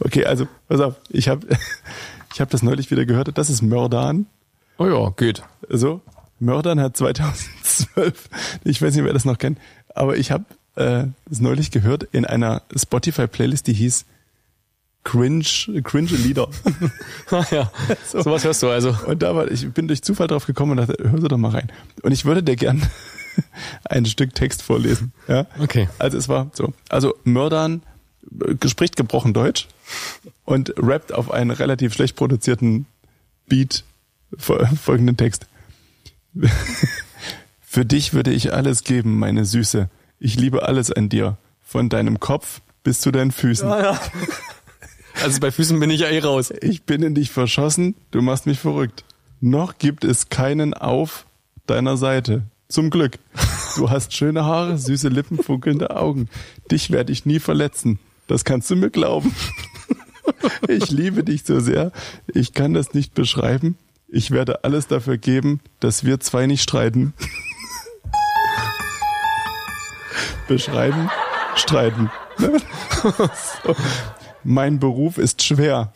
[SPEAKER 2] Okay, also pass auf, ich habe ich hab das neulich wieder gehört, das ist Mördan.
[SPEAKER 3] Oh ja, geht.
[SPEAKER 2] so, Mördern hat 2012, ich weiß nicht, wer das noch kennt, aber ich habe äh, es neulich gehört in einer Spotify-Playlist, die hieß Cringe, Cringe Lieder.
[SPEAKER 3] Ah, ja,
[SPEAKER 2] So.
[SPEAKER 3] sowas hörst du also.
[SPEAKER 2] Und da war, ich bin durch Zufall drauf gekommen und dachte, hör sie doch mal rein. Und ich würde dir gern ein Stück Text vorlesen. Ja?
[SPEAKER 3] Okay.
[SPEAKER 2] Also es war so. Also Mördern äh, spricht gebrochen Deutsch und rappt auf einen relativ schlecht produzierten Beat fol- folgenden Text. Für dich würde ich alles geben, meine Süße. Ich liebe alles an dir. Von deinem Kopf bis zu deinen Füßen.
[SPEAKER 3] Also bei Füßen bin ich ja eh raus.
[SPEAKER 2] Ich bin in dich verschossen, du machst mich verrückt. Noch gibt es keinen auf deiner Seite. Zum Glück. Du hast schöne Haare, süße Lippen, funkelnde Augen. Dich werde ich nie verletzen. Das kannst du mir glauben. Ich liebe dich so sehr. Ich kann das nicht beschreiben. Ich werde alles dafür geben, dass wir zwei nicht streiten. Beschreiben, streiten. so. Mein Beruf ist schwer,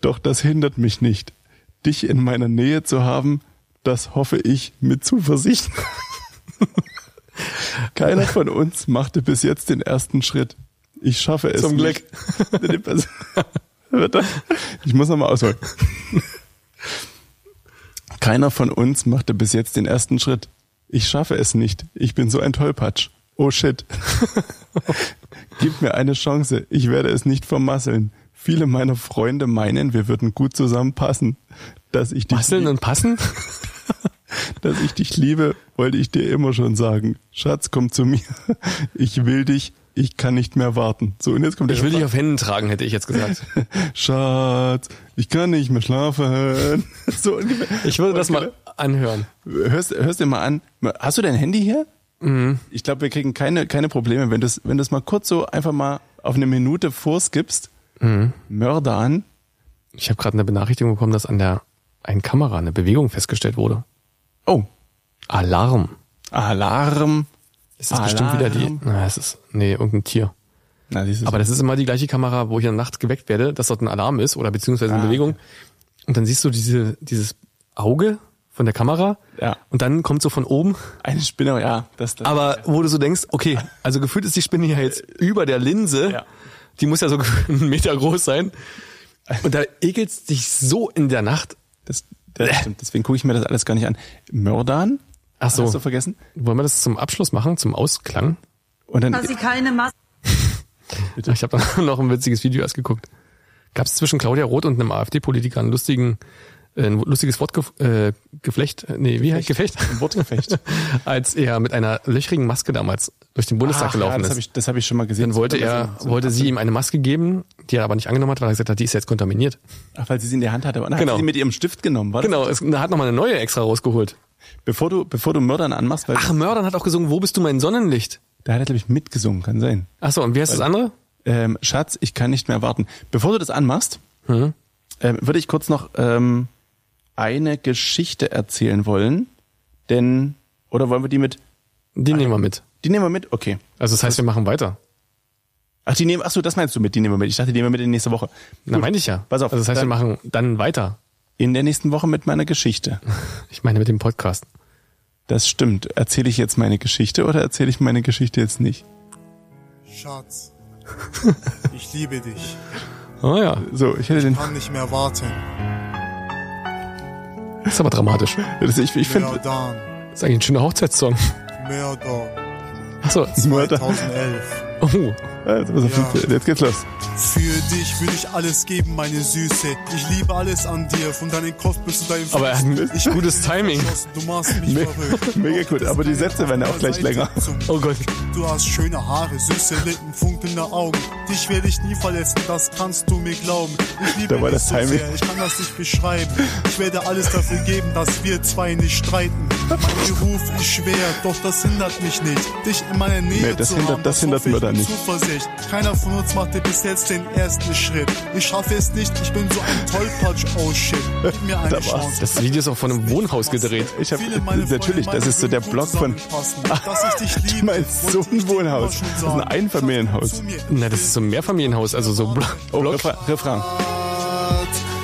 [SPEAKER 2] doch das hindert mich nicht. Dich in meiner Nähe zu haben, das hoffe ich mit Zuversicht. Keiner von uns machte bis jetzt den ersten Schritt. Ich schaffe es.
[SPEAKER 3] Zum
[SPEAKER 2] nicht. Die Person- Wird das- Ich muss nochmal ausholen. Keiner von uns machte bis jetzt den ersten Schritt. Ich schaffe es nicht. Ich bin so ein Tollpatsch. Oh shit. Gib mir eine Chance. Ich werde es nicht vermasseln. Viele meiner Freunde meinen, wir würden gut zusammenpassen. Dass ich dich,
[SPEAKER 3] Basteln und passen?
[SPEAKER 2] dass ich dich liebe, wollte ich dir immer schon sagen. Schatz, komm zu mir. Ich will dich. Ich kann nicht mehr warten. So, und jetzt kommt der
[SPEAKER 3] Ich will
[SPEAKER 2] Refrain.
[SPEAKER 3] dich auf Händen tragen, hätte ich jetzt gesagt.
[SPEAKER 2] Schatz, ich kann nicht mehr schlafen. So ungefähr.
[SPEAKER 3] Ich würde das mal anhören.
[SPEAKER 2] Hörst, hörst dir mal an. Hast du dein Handy hier?
[SPEAKER 3] Mhm.
[SPEAKER 2] Ich glaube, wir kriegen keine, keine Probleme, wenn du es wenn du's mal kurz so einfach mal auf eine Minute vorskippst.
[SPEAKER 3] Mhm.
[SPEAKER 2] Mörder an.
[SPEAKER 3] Ich habe gerade eine Benachrichtigung bekommen, dass an der einen Kamera eine Bewegung festgestellt wurde.
[SPEAKER 2] Oh,
[SPEAKER 3] Alarm.
[SPEAKER 2] Alarm.
[SPEAKER 3] Ist das bestimmt wieder die?
[SPEAKER 2] Alarm.
[SPEAKER 3] Na, es ist nee, irgendein Tier.
[SPEAKER 2] Na, siehst du.
[SPEAKER 3] Aber das ist immer die gleiche Kamera, wo ich in der Nacht geweckt werde, dass dort ein Alarm ist oder beziehungsweise eine
[SPEAKER 2] Ah,
[SPEAKER 3] Bewegung. Und dann siehst du diese, dieses Auge von der Kamera.
[SPEAKER 2] Ja.
[SPEAKER 3] Und dann kommt so von oben.
[SPEAKER 2] eine Spinne, ja. Das, das.
[SPEAKER 3] Aber wo du so denkst, okay, also gefühlt ist die Spinne ja jetzt über der Linse.
[SPEAKER 2] Ja.
[SPEAKER 3] Die muss ja so gefühlt einen Meter groß sein. Und da ekelt dich so in der Nacht.
[SPEAKER 2] das, das stimmt. Deswegen gucke ich mir das alles gar nicht an. Mördan?
[SPEAKER 3] Ach so.
[SPEAKER 2] Hast du vergessen?
[SPEAKER 3] Wollen wir das zum Abschluss machen, zum Ausklang?
[SPEAKER 2] Und dann
[SPEAKER 5] dass sie keine Maske
[SPEAKER 3] Ich habe da noch ein witziges Video erst geguckt. Gab es zwischen Claudia Roth und einem AfD-Politiker einen lustigen, äh, ein lustiges Wortgeflecht? Äh, Geflecht? nee, wie heißt Gefecht?
[SPEAKER 2] ein Wortgefecht.
[SPEAKER 3] Als er mit einer löchrigen Maske damals durch den Bundestag
[SPEAKER 2] ja,
[SPEAKER 3] gelaufen
[SPEAKER 2] das habe
[SPEAKER 3] ist.
[SPEAKER 2] ich, das hab ich schon mal gesehen.
[SPEAKER 3] Dann wollte er, wollte sie ihm eine Maske geben, die er aber nicht angenommen hat, weil er gesagt hat, die ist jetzt kontaminiert.
[SPEAKER 2] Ach, weil sie sie in der Hand hatte. Und dann
[SPEAKER 3] Genau.
[SPEAKER 2] hat sie mit ihrem Stift genommen, war das?
[SPEAKER 3] Genau, es er hat nochmal eine neue extra rausgeholt.
[SPEAKER 2] Bevor du, bevor du Mördern anmachst, weil
[SPEAKER 3] Ach, Mördern hat auch gesungen, wo bist du mein Sonnenlicht?
[SPEAKER 2] da hat er, glaube ich, mitgesungen, kann sein.
[SPEAKER 3] Achso, und wie heißt das andere?
[SPEAKER 2] ähm, Schatz, ich kann nicht mehr warten. Bevor du das anmachst,
[SPEAKER 3] Mhm.
[SPEAKER 2] ähm, würde ich kurz noch ähm, eine Geschichte erzählen wollen. Denn, oder wollen wir die mit?
[SPEAKER 3] Die nehmen wir mit.
[SPEAKER 2] Die nehmen wir mit? Okay.
[SPEAKER 3] Also das heißt, wir machen weiter.
[SPEAKER 2] Ach, die nehmen, ach so, das meinst du mit, die nehmen wir mit. Ich dachte, die nehmen wir mit in die nächste Woche.
[SPEAKER 3] Na, meine ich ja.
[SPEAKER 2] Pass auf,
[SPEAKER 3] Also das heißt, wir
[SPEAKER 2] dann-
[SPEAKER 3] machen dann weiter.
[SPEAKER 2] In der nächsten Woche mit meiner Geschichte.
[SPEAKER 3] Ich meine mit dem Podcast.
[SPEAKER 2] Das stimmt. Erzähle ich jetzt meine Geschichte oder erzähle ich meine Geschichte jetzt nicht?
[SPEAKER 5] Schatz, ich liebe dich.
[SPEAKER 3] Ah ja,
[SPEAKER 2] So, ich hätte den.
[SPEAKER 5] Kann nicht mehr warten.
[SPEAKER 3] ist aber dramatisch.
[SPEAKER 2] Das, ich ich finde.
[SPEAKER 5] Mördan,
[SPEAKER 3] Ist eigentlich ein schöner Hochzeitssong.
[SPEAKER 5] Mörder,
[SPEAKER 3] Achso.
[SPEAKER 2] Mörder.
[SPEAKER 5] 2011.
[SPEAKER 3] Oh.
[SPEAKER 2] Also, pass auf,
[SPEAKER 5] Ja.
[SPEAKER 2] Jetzt geht's los.
[SPEAKER 5] Für dich würde ich alles geben, meine Süße. Ich liebe alles an dir, von deinem Kopf bis zu deinem
[SPEAKER 3] Aber er hat ein
[SPEAKER 5] Ich
[SPEAKER 3] gutes
[SPEAKER 5] bin
[SPEAKER 3] Timing.
[SPEAKER 5] verschossen, Du machst mich
[SPEAKER 2] Me-
[SPEAKER 5] verrückt.
[SPEAKER 2] mega gut, aber die Sätze werden auch gleich länger.
[SPEAKER 5] Zum
[SPEAKER 3] Oh Gott.
[SPEAKER 5] Du hast schöne Haare, süße Lippen, funkelnde Augen. Dich werde ich nie verletzen, das kannst du mir glauben. Ich liebe
[SPEAKER 2] Da war
[SPEAKER 5] dich
[SPEAKER 2] das
[SPEAKER 5] so
[SPEAKER 2] Timing.
[SPEAKER 5] sehr, ich kann das nicht beschreiben. Ich werde alles dafür geben, dass wir zwei nicht streiten. Mein Beruf ist schwer, doch das hindert mich nicht. Dich in meiner Nähe
[SPEAKER 2] Nee, das
[SPEAKER 5] zu
[SPEAKER 2] hindert-
[SPEAKER 5] haben,
[SPEAKER 2] das hindert
[SPEAKER 5] hoffe ich
[SPEAKER 2] mir da
[SPEAKER 5] mit
[SPEAKER 2] nicht.
[SPEAKER 5] Zuversicht. Keiner von uns machte bis jetzt den ersten Schritt. Ich schaffe es nicht, ich bin so ein Tollpatsch, oh shit. Gib mir eine
[SPEAKER 2] Da war's.
[SPEAKER 5] Chance.
[SPEAKER 3] Das Video ist auch von einem Wohnhaus gedreht.
[SPEAKER 2] Ich hab-
[SPEAKER 5] Viele meiner Freunde
[SPEAKER 2] natürlich, das
[SPEAKER 5] meinen,
[SPEAKER 2] ist so der
[SPEAKER 5] würden gut
[SPEAKER 2] Blog von-
[SPEAKER 5] zusammenpassen. Dass ich dich liebe,
[SPEAKER 2] Du meinst so
[SPEAKER 5] wollte ich
[SPEAKER 2] ein
[SPEAKER 5] dir
[SPEAKER 2] Wohnhaus.
[SPEAKER 5] immer schon
[SPEAKER 2] Das ist
[SPEAKER 5] sagen.
[SPEAKER 2] ein Einfamilienhaus.
[SPEAKER 5] Zu mir.
[SPEAKER 3] Na, das ist so ein Mehrfamilienhaus, also so Block.
[SPEAKER 2] Oh,
[SPEAKER 3] Block.
[SPEAKER 2] Refrain. Refrain.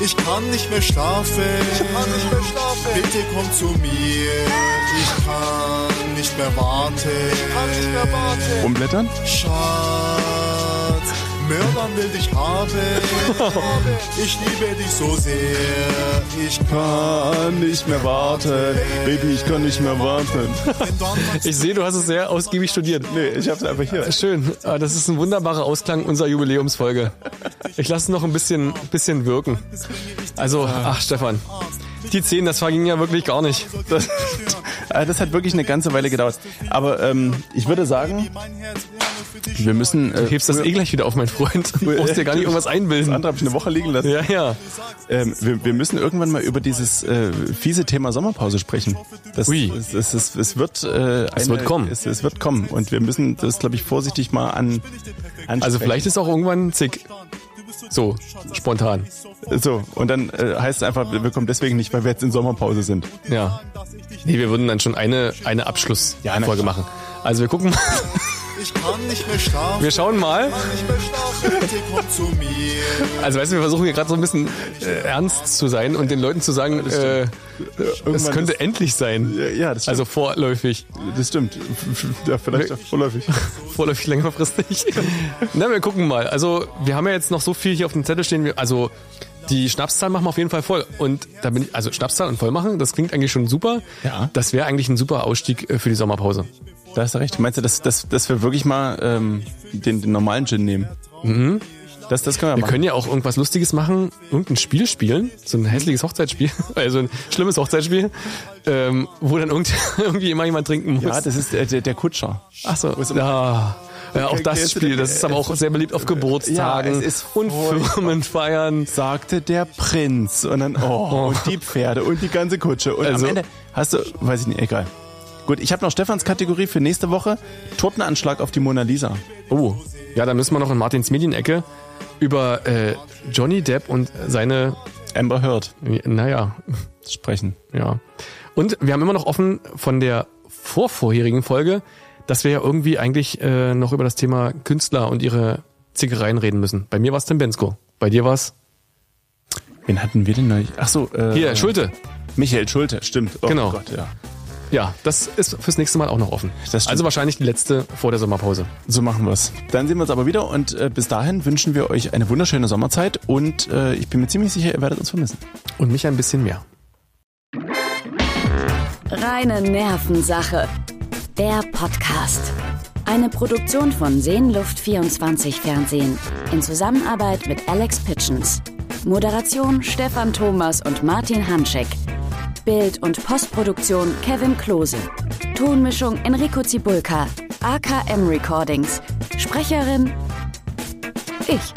[SPEAKER 5] Ich kann nicht mehr schlafen. Ich kann nicht mehr schlafen. Bitte komm zu mir. Ich kann nicht mehr warten. Ich kann nicht mehr warten.
[SPEAKER 2] Rumblättern?
[SPEAKER 5] Schatz, Mördern will dich haben. Ich liebe dich so sehr. Ich kann.
[SPEAKER 2] Kann nicht mehr warten. Baby, ich kann nicht mehr warten.
[SPEAKER 5] Wenn du anfängst,
[SPEAKER 3] Ich sehe, du hast es sehr ausgiebig studiert.
[SPEAKER 2] Nee, ich hab's einfach hier.
[SPEAKER 3] Schön. Ah, Das ist ein wunderbarer Ausklang unserer Jubiläumsfolge. Ich lasse es noch ein bisschen, bisschen wirken.
[SPEAKER 5] bringe ich dich
[SPEAKER 3] Also, ach Stefan,
[SPEAKER 5] Arzt.
[SPEAKER 3] die 10, das ging ja wirklich gar nicht.
[SPEAKER 2] Das, Ah, das hat wirklich eine ganze Weile gedauert. Aber ähm, ich würde sagen,
[SPEAKER 5] Mein Herz ohne für dich
[SPEAKER 2] wir müssen. Äh,
[SPEAKER 3] Du hebst das eh gleich wieder auf, mein Freund. Du brauchst dir gar nicht irgendwas
[SPEAKER 2] Das
[SPEAKER 3] einbilden.
[SPEAKER 2] andere habe ich eine Woche liegen lassen.
[SPEAKER 3] Ja, ja.
[SPEAKER 2] Ähm, wir, wir müssen irgendwann mal über dieses äh, fiese Thema Sommerpause sprechen. Das,
[SPEAKER 3] Ui.
[SPEAKER 2] Es, es, es, es wird. Äh, es
[SPEAKER 3] wird kommen.
[SPEAKER 2] Es, es wird kommen. Und wir müssen das, glaube ich, vorsichtig mal an. Ansprechen.
[SPEAKER 3] Also vielleicht ist auch irgendwann zick. So, spontan.
[SPEAKER 2] So, und dann äh, heißt es einfach, wir kommen deswegen nicht, weil wir jetzt in Sommerpause sind.
[SPEAKER 3] Ja. Nee, wir würden dann schon eine, eine Abschlussfolge machen. Also wir gucken mal.
[SPEAKER 5] Ich kann nicht mehr schlafen.
[SPEAKER 3] Wir schauen mal.
[SPEAKER 5] Ich kann nicht mehr schlafen. Bitte komm zu mir.
[SPEAKER 3] Also weißt du, wir versuchen hier gerade so ein bisschen äh, ernst zu sein und den Leuten zu sagen, äh, es
[SPEAKER 2] Irgendwann
[SPEAKER 3] könnte endlich sein.
[SPEAKER 2] Ist, ja, das stimmt.
[SPEAKER 3] Also vorläufig.
[SPEAKER 2] Also, das stimmt. Ja, vielleicht auch vorläufig.
[SPEAKER 3] Vorläufig längerfristig. Na, wir gucken mal. Also, wir haben ja jetzt noch so viel hier auf dem Zettel stehen. Wir- Also, die Schnapszahl machen wir auf jeden Fall voll. Und da bin ich, also Schnapszahl und voll machen, das klingt eigentlich schon super.
[SPEAKER 2] Ja.
[SPEAKER 3] Das wäre eigentlich ein super Ausstieg äh, für die Sommerpause.
[SPEAKER 2] Da hast du recht. Meinst du, dass, dass, dass wir wirklich mal ähm, den, den normalen Gin nehmen? Mhm. Das, das können wir,
[SPEAKER 3] Wir
[SPEAKER 2] machen.
[SPEAKER 3] können ja auch irgendwas Lustiges machen, irgendein Spiel spielen, so ein hässliches Hochzeitsspiel, also ein schlimmes Hochzeitsspiel, ähm, wo dann irgend, irgendwie immer jemand trinken muss.
[SPEAKER 2] ja, das ist äh, der, der Kutscher.
[SPEAKER 3] Achso, ja. Ja, auch das
[SPEAKER 2] Kennst du
[SPEAKER 3] Spiel,
[SPEAKER 2] den-
[SPEAKER 3] das ist aber auch sehr beliebt auf Geburtstagen
[SPEAKER 2] Ja, es ist
[SPEAKER 3] und
[SPEAKER 2] furchtbar.
[SPEAKER 3] Firmenfeiern.
[SPEAKER 2] sagte der Prinz. Und dann, oh, und die Pferde und die ganze Kutsche. Und
[SPEAKER 3] Also-
[SPEAKER 2] am Ende hast du, weiß ich nicht, egal. Gut, ich habe noch Stefans Kategorie für nächste Woche. Tortenanschlag auf die Mona Lisa.
[SPEAKER 3] Oh, ja, da müssen wir noch in Martins Medienecke über äh, Johnny Depp und seine,
[SPEAKER 2] Amber Heard
[SPEAKER 3] naja,
[SPEAKER 2] sprechen.
[SPEAKER 3] ja. Und wir haben immer noch offen von der vorvorherigen Folge, dass wir ja irgendwie eigentlich äh, noch über das Thema Künstler und ihre Zickereien reden müssen. Bei mir war es Tim Bensko. Bei dir war es
[SPEAKER 2] Wen hatten wir denn neulich? Ach so, äh,
[SPEAKER 3] hier, Schulte.
[SPEAKER 2] Michael Schulte, stimmt. Oh
[SPEAKER 3] Genau.
[SPEAKER 2] Gott, ja.
[SPEAKER 3] Ja, das ist fürs nächste Mal auch noch offen.
[SPEAKER 2] Das stimmt.
[SPEAKER 3] also wahrscheinlich die letzte vor der Sommerpause.
[SPEAKER 2] So machen wir's. Dann sehen wir uns aber wieder und äh, bis dahin wünschen wir euch eine wunderschöne Sommerzeit und äh, ich bin mir ziemlich sicher, ihr werdet uns vermissen.
[SPEAKER 3] Und mich ein bisschen mehr.
[SPEAKER 1] Reine Nervensache. Der Podcast. Eine Produktion von Seenluft24 Fernsehen. In Zusammenarbeit mit Alex Pitchens. Moderation Stefan Thomas und Martin Hanschek. Bild- und Postproduktion Kevin Klose. Tonmischung Enrico Zibulka. AKM Recordings. Sprecherin ich.